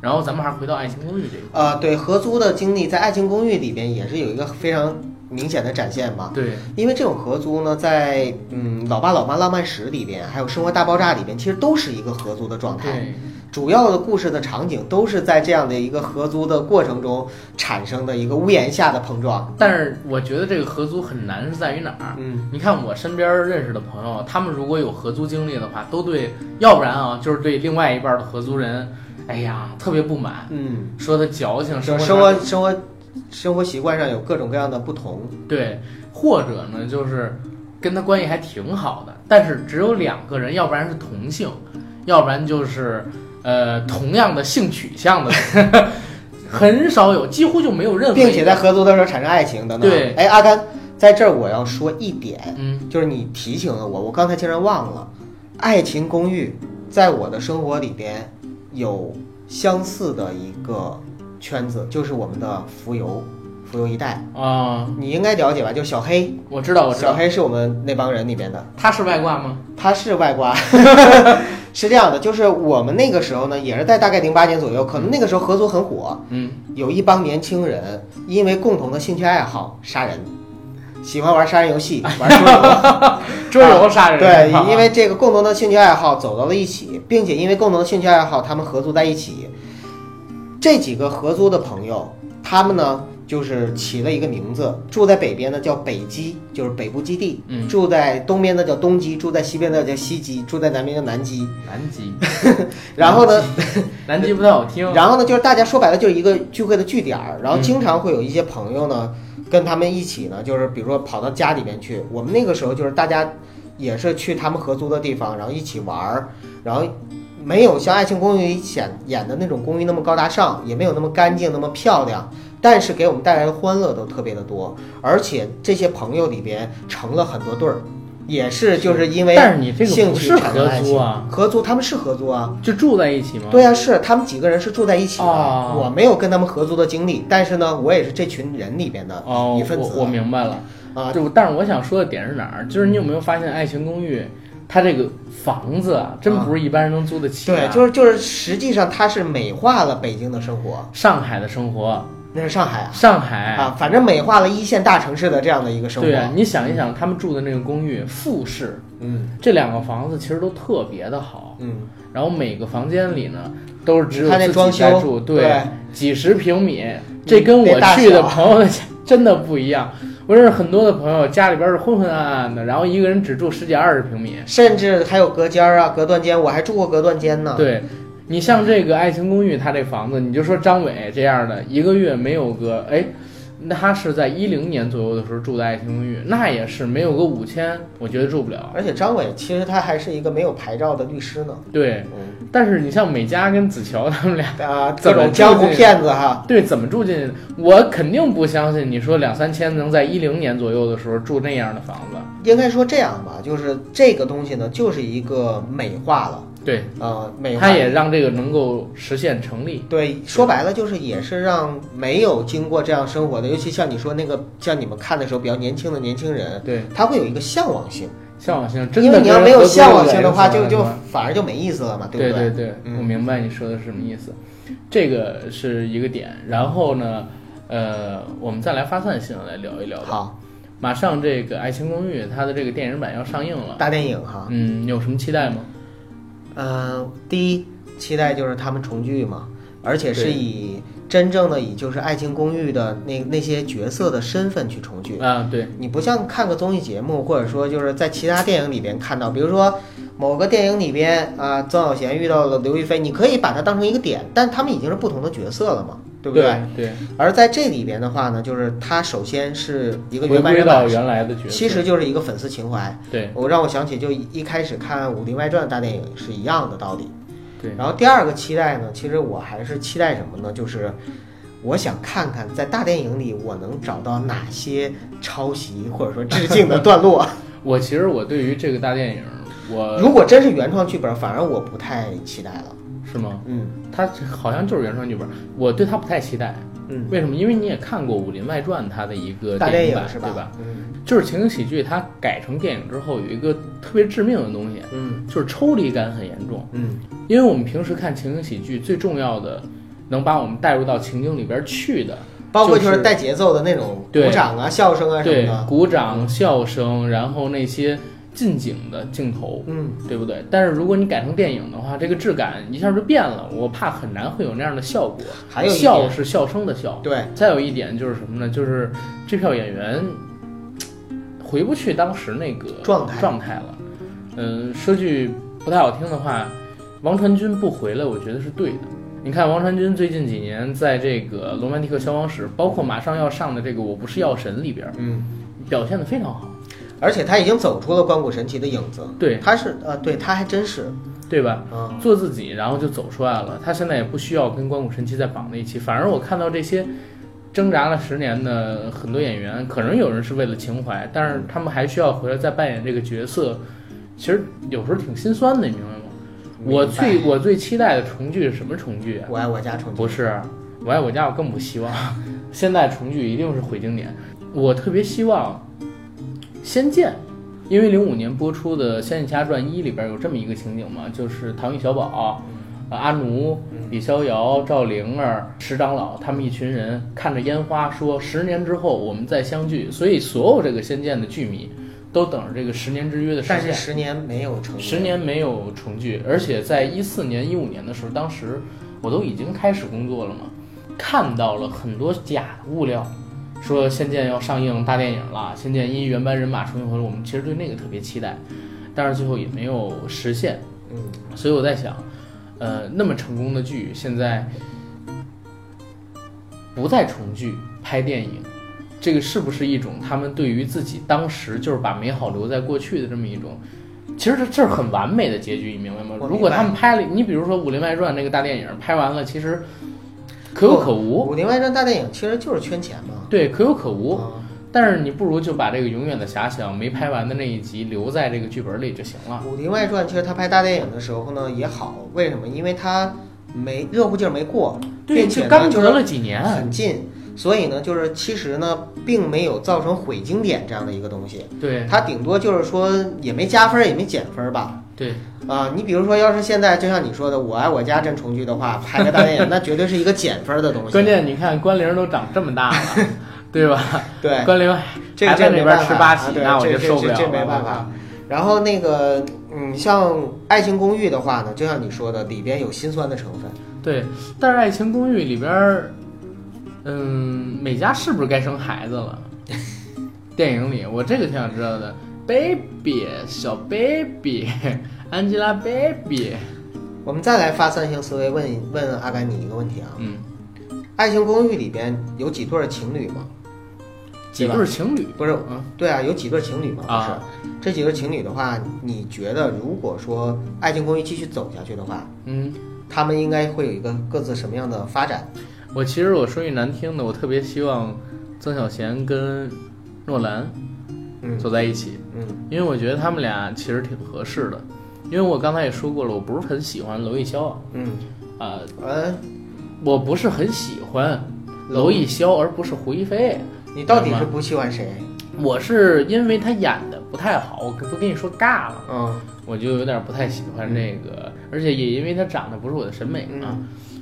B: 然后咱们还是回到《爱情公寓》这一
C: 啊、对，合租的经历在《爱情公寓》里边也是有一个非常明显的展现嘛。
B: 块。对，
C: 因为这种合租呢，在嗯《老爸老妈浪漫史》里边，还有《生活大爆炸》里边，其实都是一个合租的状态。
B: 对，
C: 主要的故事的场景都是在这样的一个合租的过程中产生的一个屋檐下的碰撞。
B: 但是我觉得这个合租很难是在于哪儿？
C: 嗯，
B: 你看我身边认识的朋友，他们如果有合租经历的话，都对，要不然啊，就是对另外一半的合租人，哎呀，特别不满，
C: 嗯，
B: 说他矫情，
C: 生
B: 生
C: 生
B: 活
C: 活生活生活习惯上有各种各样的不同。
B: 对，或者呢，就是跟他关系还挺好的，但是只有两个人，要不然是同性，要不然就是呃同样的性取向的人， 很少有，几乎就没有任何一个，
C: 并且在合租的时候产生爱情等等。
B: 对
C: 哎，阿甘，在这儿我要说 一点，
B: 嗯
C: 就是你提醒了我，我刚才竟然忘了，《爱情公寓》在我的生活里边有相似的一个圈子，就是我们的浮游，浮游一代，
B: 啊、
C: 你应该了解吧？就是小黑，
B: 我知哦道，我知
C: 小
B: 道，
C: 黑是我们那帮人里边的。
B: 他是外挂吗？
C: 他是外挂， 是这样的，就是我们那个时候呢，也是在大概零八年左右，可能那个时候合租很火，
B: 嗯，
C: 有一帮年轻人因为共同的兴趣爱好杀人，喜欢玩杀人游戏，玩桌游，
B: 桌游杀人，啊
C: 对，因为这个共同的兴趣爱好走到了一起，并且因为共同的兴趣爱好，他们合租在一起。这几个合租的朋友，他们呢就是起了一个名字，住在北边呢叫北基，就是北部基地。
B: 嗯
C: 住在东边的叫东基，住在西边的叫西基，住在南边叫南基。
B: 南极，
C: 然后呢，
B: 南极不太好听，
C: 然后呢，就是大家说白了就是一个聚会的据点儿，然后经常会有一些朋友呢，跟他们一起呢，就是比如说跑到家里面去。我们那个时候就是大家也是去他们合租的地方，然后一起玩儿，然后没有像《爱情公寓》里演演的那种公寓那么高大上，也没有那么干净、那么漂亮。但是给我们带来的欢乐都特别的多，而且这些朋友里边成了很多对儿，也是就是因为
B: 但是你这个
C: 兴
B: 不
C: 趣
B: 是
C: 产
B: 合
C: 生爱
B: 租
C: 情。
B: 啊，
C: 合租他们是合租啊，
B: 就住在一起吗？
C: 对呀、是他们几个人是住在一起的。
B: 哦
C: 我没有跟他们合租的经历，但是呢，我也是这群人里边的
B: 哦
C: 一，份
B: 我
C: 子
B: 我明白了。
C: 啊。
B: 就但是我想说的点是哪儿？就是你有没有发现《爱情公寓》它这个房子啊，真不是一般人能租得起的、啊
C: 对，就是就是，实际上它是美化了北京的生活，
B: 上海的生活，
C: 那是上海啊
B: 上海。
C: 啊，反正美化了一线大城市的这样的一个生活。
B: 哎对啊，你想一想，他们住的那个公寓复式，
C: 嗯
B: 这两个房子其实都特别的好，
C: 嗯，
B: 然后每个房间里呢都是只有
C: 它那
B: 自
C: 装
B: 己在
C: 修
B: 住，对，
C: 对
B: 几十平米，这跟
C: 别
B: 我
C: 大
B: 去的
C: 小
B: 朋友的家真的不一样。我认识很多的朋友，家里边是昏昏暗暗的，然后一个人只住十几二十平米，
C: 甚至还有隔间儿啊、隔断间，我还住过隔断间呢。
B: 对你像这个《爱情公寓》，他这房子，你就说张伟这样的，一个月没有个哎，那他是在一零年左右的时候住的《爱情公寓》，那也是没有个五千，我觉得住不了。
C: 而且张伟其实他还是一个没有牌照的律师呢。
B: 对，
C: 嗯
B: 但是你像美嘉跟子乔他们俩，
C: 啊，各
B: 怎么住
C: 种江湖
B: 进
C: 骗子哈。
B: 对，怎么住进去的？我肯定不相信你说两三千能在一零年左右的时候住那样的房子。
C: 应该说这样吧，就是这个东西呢，就是一个美化了。
B: 对，
C: 呃，美化
B: 他也让这个能够实现成立。
C: 对，说白了就是也是让没有经过这样生活的，尤其像你说那个，像你们看的时候比较年轻的年轻人，
B: 对，
C: 他会有一个向往性，
B: 向往性真的
C: 因为你要
B: 跟
C: 没有
B: 合作
C: 向往性
B: 的
C: 的话，
B: 人
C: 就
B: 有
C: 就
B: 关
C: 反而就没意思了嘛，
B: 对
C: 不
B: 对
C: 对？
B: 我
C: 嗯
B: 明白你说的是什么意思，这个是一个点。然后呢，呃，我们再来发散性地来聊一聊吧。
C: 好，
B: 马上这个《爱情公寓》它的这个电影版要上映了，
C: 大电影哈，
B: 嗯，你有什么期待吗？
C: 呃，第一期待就是他们重聚嘛，而且是
B: 对
C: 以真正的以就是《爱情公寓》的那那些角色的身份去重聚，
B: 啊，对，
C: 你不像看个综艺节目，或者说就是在其他电影里边看到，比如说某个电影里边啊，曾小贤遇到了刘亦菲，你可以把它当成一个点，但他们已经是不同的角色了嘛，对不对？
B: 对？对，
C: 而在这里边的话呢，就是它首先是一个
B: 回
C: 原班
B: 归
C: 人
B: 到
C: 马，
B: 原来的角色。
C: 其实就是一个粉丝情怀。
B: 对
C: 我让我想起就一开始看《武林外传》大电影是一样的道理。
B: 对，
C: 然后第二个期待呢，其实我还是期待什么呢？就是我想看看在大电影里我能找到哪些抄袭或者说致敬的段 落。
B: 我其实我对于这个大电影，我
C: 如果真是原创剧本，反而我不太期待了。
B: 是吗？
C: 嗯
B: 它好像就是原创剧本，我对它不太期待。
C: 嗯，
B: 为什么？因为你也看过《武林外传》它的一个
C: 大电
B: 影
C: 影
B: 版，
C: 是
B: 对吧？？
C: 嗯
B: 就是情景喜剧，它改成电影之后，有一个特别致命的东西，
C: 嗯
B: 就是抽离感很严重。
C: 嗯
B: 因为我们平时看情景喜剧，最重要的能把我们带入到情景里边去的，
C: 包括
B: 就
C: 就是是带节奏的那种
B: 对
C: 鼓掌啊、笑声啊什么
B: 对，
C: 的。
B: 鼓掌、笑声，然后那些近景的镜头，
C: 嗯，
B: 对不对？但是如果你改成电影的话，这个质感一下就变了，我怕很难会有那样的效果。
C: 还有一
B: 笑
C: 点
B: 是笑声的笑，
C: 对，
B: 再有一点就是什么呢？就是这票演员回不去当时那个
C: 状态
B: 状态了。嗯，说句不太好听的话，王传君不回来，我觉得是对的。你看王传君最近几年在这个《罗曼蒂克消亡史》，包括马上要上的这个《我不是药神》里边，
C: 嗯，
B: 表现得非常好，
C: 而且他已经走出了关谷神奇的影子，
B: 对
C: 他是呃，对，他还真是，
B: 对吧？
C: 嗯，
B: 做自己，然后就走出来了。他现在也不需要跟关谷神奇再绑在一起。反而我看到这些挣扎了十年的很多演员，可能有人是为了情怀，但是他们还需要回来再扮演这个角色，其实有时候挺心酸的，你明白吗？我
C: 明白
B: 最我最期待的重聚是什么重聚啊？
C: 我爱我家重庆，
B: 不是，我爱我家，我更不希望。现在重聚一定是毁经典。我特别希望《仙剑》，因为零五年播出的《仙剑奇侠传一》里边有这么一个情景嘛，就是唐钰小宝、呃阿奴、
C: 嗯
B: 李逍遥、赵灵儿、石长老他们一群人看着烟花说：“十年之后我们再相聚。”所以所有这个《仙剑》的剧迷都等着这个十年之约的实
C: 但是
B: 现。
C: 十年没有成，
B: 十，年没有重聚，而且在一四年、一五年的时候，当时我都已经开始工作了嘛，看到了很多假的物料，说《仙剑》要上映大电影了，《仙剑一》原班人马重新回来，我们其实对那个特别期待，但是最后也没有实现。
C: 嗯，
B: 所以我在想，呃，那么成功的剧现在不再重聚拍电影，这个是不是一种他们对于自己当时就是把美好留在过去的这么一种？其实这这是很完美的结局，你明白吗
C: 我明？白
B: 如果他们拍了，你比如说《武林外传》那个大电影拍完了，其实可有可无，
C: 武林外传大电影其实就是圈钱嘛，
B: 对，可有可无。
C: 嗯
B: 但是你不如就把这个永远的遐想没拍完的那一集留在这个剧本里就行了。
C: 《啊武林外传》其实他拍大电影的时候呢也好，为什么？因为他没热乎劲儿没过，并且
B: 就
C: 呢
B: 刚
C: 就
B: 隔
C: 是
B: 了几年，
C: 很近，所以呢，就是其实呢，并没有造成毁经典这样的一个东西，
B: 对
C: 它顶多就是说也没加分儿也没减分儿吧。
B: 对，
C: 啊，你比如说，要是现在就像你说的，《我爱我家》真重聚的话，拍个 大电影，那绝对是一个减分儿的东西。
B: 关键你看关玲都长这么大 了，对吧？
C: 对，
B: 关玲
C: 这个
B: 还在
C: 这
B: 那
C: 没
B: 边
C: 办法
B: 吃八
C: 啊
B: 喜，
C: 对
B: 那我
C: 这
B: 就
C: 这
B: 受不了啊
C: 这这没
B: 了
C: 办法。然后那个，嗯，像《爱情公寓》的话呢，就像你说的，里边有心酸的成分。
B: 对，但是《爱情公寓》里边儿，嗯，美嘉是不是该生孩子 了？电影里，我这个挺想知道的。Baby，小 Baby，Angelababy，
C: 我们再来发散性思维问一问阿甘你一个问题啊，
B: 嗯，
C: 《爱情公寓》里边有几对儿情侣吗？
B: 几对情侣，
C: 不是，
B: 嗯，
C: 对啊，有几对情侣嘛？不是，
B: 啊
C: 这几对情侣的话，你觉得如果说《爱情公寓》继续走下去的话，
B: 嗯。
C: 他们应该会有一个各自什么样的发展？
B: 我其实我说句难听的，我特别希望曾小贤跟诺兰
C: 嗯
B: 走在一起，
C: 嗯
B: 因为我觉得他们俩其实挺合适的。因为我刚才也说过了，我不是很喜欢娄艺潇啊，
C: 嗯，
B: 呃，
C: 呃，
B: 我不是很喜欢娄艺潇，而不是胡一菲。
C: 你到底是不喜欢谁？
B: 我是因为她演的不太好，我不跟你说尬了，
C: 嗯
B: 我就有点不太喜欢这个，而且也因为她长得不是我的审美
C: 嗯
B: 啊，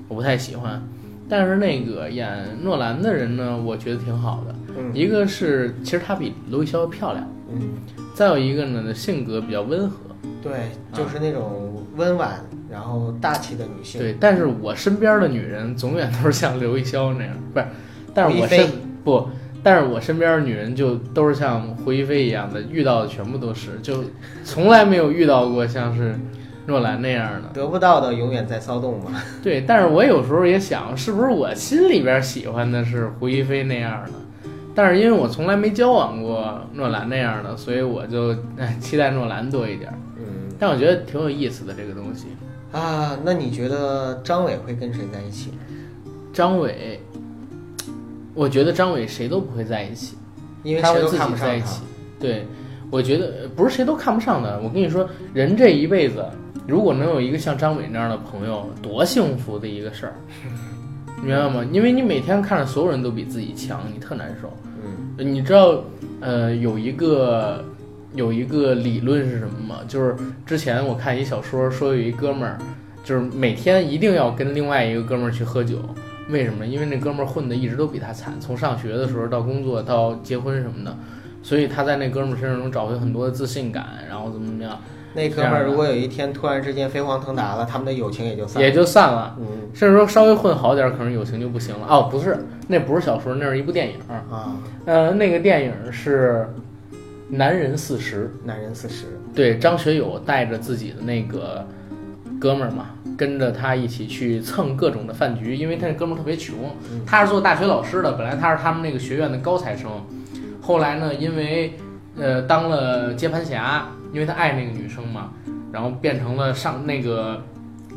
B: 我不太喜欢。但是那个演诺兰的人呢，我觉得挺好的。
C: 嗯
B: 一个是其实她比娄艺潇漂亮，
C: 嗯，
B: 再有一个呢性格比较温和，
C: 对，
B: 嗯
C: 就是那种温婉然后大气的女性。
B: 对。但是我身边的女人总远都是像刘亦潇那样， 不是，但是我
C: 胡一
B: 身
C: 菲
B: 不，但是我身边的女人就都是像胡一菲一样的，遇到的全部都是，就从来没有遇到过像是诺兰那样的。
C: 得不到的永远在骚动嘛。
B: 对，但是我有时候也想，是不是我心里边喜欢的是胡一菲那样的？但是因为我从来没交往过诺兰那样的，所以我就哎期待诺兰多一点。
C: 嗯
B: 但我觉得挺有意思的这个东西。
C: 啊，那你觉得张伟会跟谁在一起？
B: 张伟，我觉得张伟谁都不会在一起，
C: 因为
B: 他
C: 谁
B: 会
C: 都
B: 自
C: 看
B: 己
C: 不
B: 在
C: 上
B: 一
C: 他
B: 起。。对，我觉得呃不是谁都看不上的。我跟你说，人这一辈子如果能有一个像张伟那样的朋友，多幸福的一个事儿，明白吗？因为你每天看着所有人都比自己强，你特难受。
C: 嗯
B: 你知道，呃，有一个有一个理论是什么吗？就是之前我看一小说，说有一哥们儿，就是每天一定要跟另外一个哥们儿去喝酒。为什么？因为那哥们儿混的一直都比他惨，从上学的时候到工作到结婚什么的，所以他在那哥们儿身上能找回很多的自信感，然后怎么怎么样，
C: 那哥们儿如果有一天突然之间飞黄腾达了，他们的友情也就散了。
B: 也就散了。
C: 嗯
B: 甚至说稍微混好点儿，可能友情就不行了。哦，不是，那不是小说，那是一部电影。
C: 啊，
B: 呃，那个电影是《男人四十》，
C: 男人四十，
B: 对，张学友带着自己的那个哥们儿嘛，跟着他一起去蹭各种的饭局，因为他那哥们儿特别穷，他是做大学老师的，本来他是他们那个学院的高材生，后来呢，因为呃当了接盘侠，因为他爱那个女生嘛，然后变成了上那个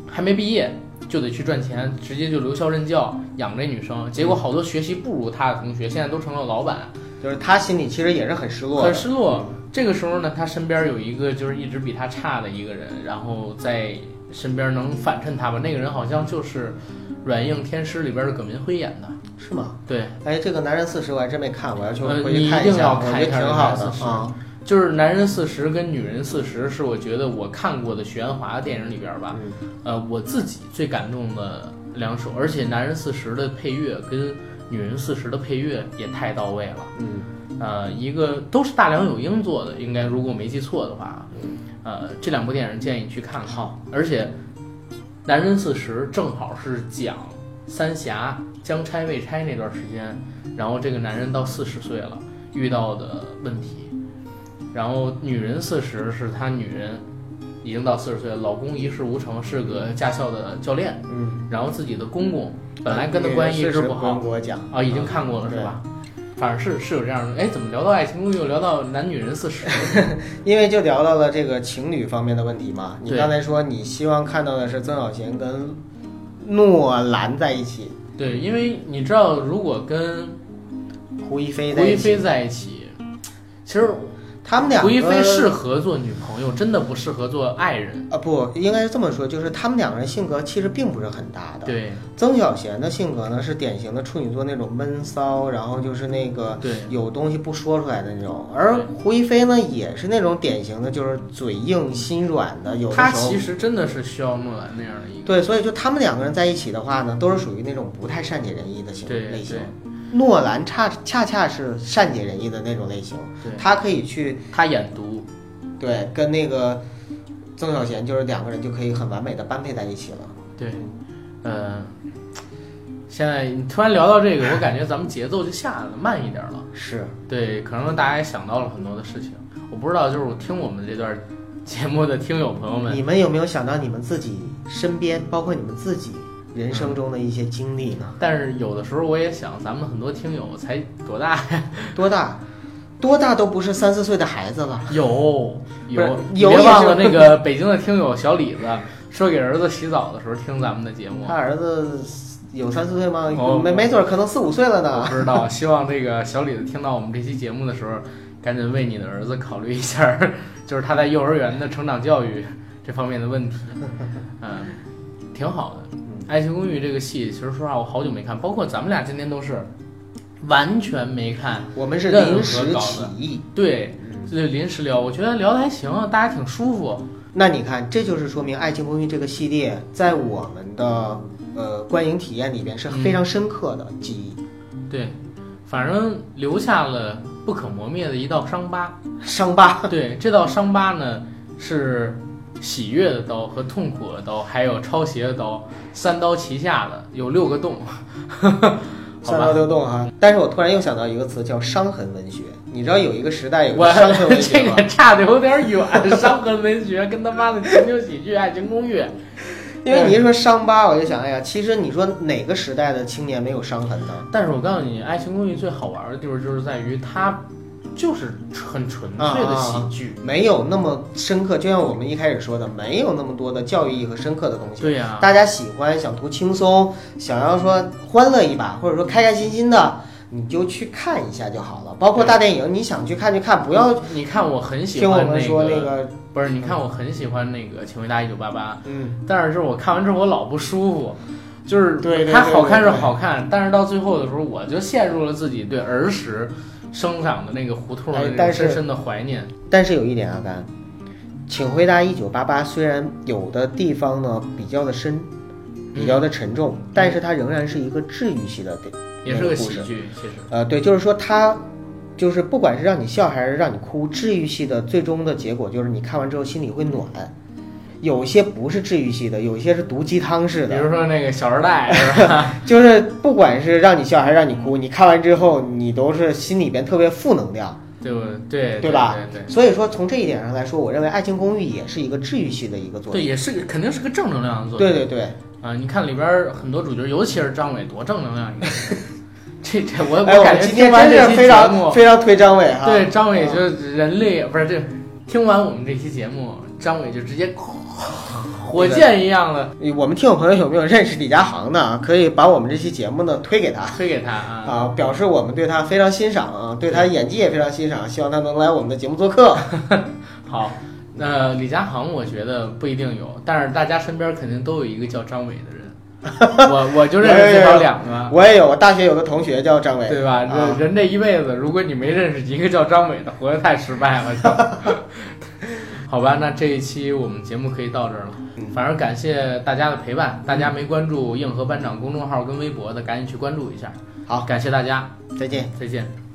B: 还没毕业。就得去赚钱，直接就留校任教养这女生，结果好多学习不如他的同学，现在都成了老板，
C: 就是他心里其实也是很失落
B: 很
C: 的。
B: 失落。这个时候呢，他身边有一个就是一直比他差的一个人，然后在身边能反衬他吧。那个人好像就是《软硬天师》里边的葛民辉演的。
C: 是吗？
B: 对，
C: 哎，这个男人四十我还真没看，我要去
B: 呃
C: 回
B: 你
C: 去
B: 一
C: 看
B: 定
C: 下，
B: 要
C: 我觉
B: 看一
C: 得
B: 下
C: 挺好
B: 男人
C: 的
B: 40
C: 啊。
B: 就是《男人四十》跟《女人四十》是我觉得我看过的许鞍华的电影里边吧，
C: 嗯
B: 呃，我自己最感动的两首，而且《男人四十》的配乐跟《女人四十》的配乐也太到位了。
C: 嗯，
B: 呃，一个都是大梁有英做的，应该如果我没记错的话，呃，这两部电影建议你去看看。
C: 好，
B: 而且《男人四十》正好是讲三峡将拆未拆那段时间，然后这个男人到四十岁了遇到的问题，然后《女人四十》是他女人已经到四十岁了，老公一事无成，是个驾校的教练，
C: 嗯，
B: 然后自己的公公本来跟他关系一直不好，
C: 给我讲
B: 啊，已经看过了、是吧？反正是是有这样的，哎，怎么聊到爱情公寓又聊到男女人四 十？
C: 因为就聊到了这个情侣方面的问题嘛。你
B: 对
C: 刚才说你希望看到的是曾小贤跟诺兰在一起，
B: 对，因为你知道，如果跟
C: 胡一菲
B: 胡
C: 在
B: 一
C: 一起，
B: 菲在一起，其实
C: 他们两个
B: 胡一菲适合做女朋友，真的不适合做爱人。
C: 啊不应该是这么说，就是他们两个人性格其实并不是很搭的。，
B: 对
C: 曾小贤的性格呢是典型的处女座那种闷骚，然后就是那个
B: 对
C: 有东西不说出来的那种，而
B: 对
C: 胡一菲呢也是那种典型的就是嘴硬心软的，有的
B: 她
C: 时候
B: 其实真的是需要诺兰那样的一个。
C: 对，所以就他们两个人在一起的话呢，都是属于那种不太善解人意的型
B: 对
C: 类型
B: 对。
C: 诺兰恰恰恰是善解人意的那种类型，
B: 对，
C: 他可以去
B: 她演毒，
C: 对跟那个曾小贤，就是两个人就可以很完美的般配在一起了。
B: 对，呃，现在你突然聊到这个，我感觉咱们节奏就下来了，慢一点了。
C: 是，
B: 对，可能大家也想到了很多的事情。我不知道，就是我听我们这段节目的听友朋友们，
C: 你们有没有想到你们自己身边，包括你们自己人
B: 嗯
C: 生中的一些经历呢？
B: 但是有的时候我也想，咱们很多听友才多大呀？
C: 多大，多大都不是三四岁的孩子了。
B: 有
C: 不是
B: 有，你
C: 有
B: 别
C: 也
B: 忘
C: 是
B: 了那个北京的听友小李子，说给儿子洗澡的时候听咱们的节目
C: 他。儿子有三四岁吗？
B: 哦
C: 没没准儿可能四五岁了呢
B: 我。不知道，希望这个小李子听到我们这期节目的时候，赶紧为你的儿子考虑一下儿，就是他在幼儿园的成长教育这方面的问题。嗯，挺好的，《爱情公寓》这个戏，其实说实话，我好久没看，包括咱们俩今天都是完全没看。
C: 我们是
B: 任何
C: 临时
B: 搞
C: 起
B: 的
C: 意。
B: 对，这就临时聊，我觉得聊的还行，啊大家挺舒服。
C: 那你看，这就是说明《爱情公寓》这个系列在我们的呃观影体验里边是非常深刻的记忆。
B: 对，反正留下了不可磨灭的一道伤疤。
C: 伤疤，
B: 对，这道伤疤呢是喜悦的刀和痛苦的刀，还有抄袭的刀，三刀齐下的有六个洞， 好
C: 三刀
B: 吧？
C: 流动啊！但是我突然又想到一个词叫伤痕文学。你知道有一个时代有
B: 我
C: 个伤 痕文
B: 这
C: 学吗？
B: 个差的有点远， 伤痕文学跟他妈的情景喜剧《爱情公寓》，
C: 因为你一说伤疤，我就想，哎呀，其实你说哪个时代的青年没有伤痕呢？
B: 但是我告诉你，《爱情公寓》最好玩的地方就是在于它就是很纯
C: 啊
B: 粹的喜剧。
C: 没有那么深刻，就像我们一开始说的，没有那么多的教育意义和深刻的东西。
B: 对呀、
C: 大家喜欢想图轻松，想要说欢乐一把，或者说开开心心的，你就去看一下就好了。包括大电影，你想去看就看，不要
B: 你看我很喜
C: 听我
B: 欢
C: 们说
B: 那
C: 那
B: 个，
C: 个，
B: 不是？你看我很喜欢那个《请回答一九八八》，
C: 嗯，
B: 但是我看完之后我老不舒服，就是
C: 对对
B: 它
C: 对
B: 好看是
C: 对对
B: 好看，但是到最后的时候，我就陷入了自己对儿时生长的那个胡同
C: 哎
B: 的那
C: 但
B: 种
C: 是
B: 深深的怀念。
C: 但是有一点啊，甘，请回答一九八八，虽然有的地方呢比较的深，比较的沉重，
B: 嗯
C: 但是它仍然是一个治愈系的电，
B: 也是个喜剧，其实
C: 呃，对，就是说它就是不管是让你笑还是让你哭，治愈系的最终的结果就是你看完之后心里会暖。有些不是治愈系的，有些是毒鸡汤式
B: 比
C: 的，
B: 如说那个《小时代》是吧？
C: 就是不管是让你笑还是让你哭，你看完之后你都是心里边特别负能量。
B: 对不对？
C: 对吧
B: 对
C: 所以说从这一点上来说，我认为《爱情公寓》也是一个治愈系的一个
B: 对
C: 作
B: 对，
C: 品。
B: 也是个肯定是个正能量的作品。
C: 对对对，
B: 啊，你看里边儿很多主角，尤其是张伟，多正能量一个人。 这这我
C: 哎，
B: 感
C: 我
B: 觉
C: 今天
B: 听完
C: 真
B: 这
C: 是
B: 期
C: 非
B: 节
C: 常
B: 目，
C: 非常推张伟哈。
B: 对张伟
C: 嗯
B: 就是人类不是这，听完我们这期节目，张伟就直接火箭一样的
C: 我们听友朋友有没有认识李佳航的啊？可以把我们这期节目呢推给他
B: 推给他啊。
C: 啊，表示我们对他非常欣赏啊，对他演技也非常欣赏，希望他能来我们的节目做客。
B: 好，那李佳航我觉得不一定有，但是大家身边肯定都有一个叫张伟的人。我我就认识最少两个，
C: 我也有，我大学有个同学叫张伟，
B: 对吧？
C: 啊
B: 人人这一辈子，如果你没认识一个叫张伟的，活得太失败了。就好吧，那这一期我们节目可以到这儿了。反正感谢大家的陪伴，大家没关注硬核班长公众号跟微博的，赶紧去关注一下。
C: 好，
B: 感谢大家，
C: 再见。
B: 再见。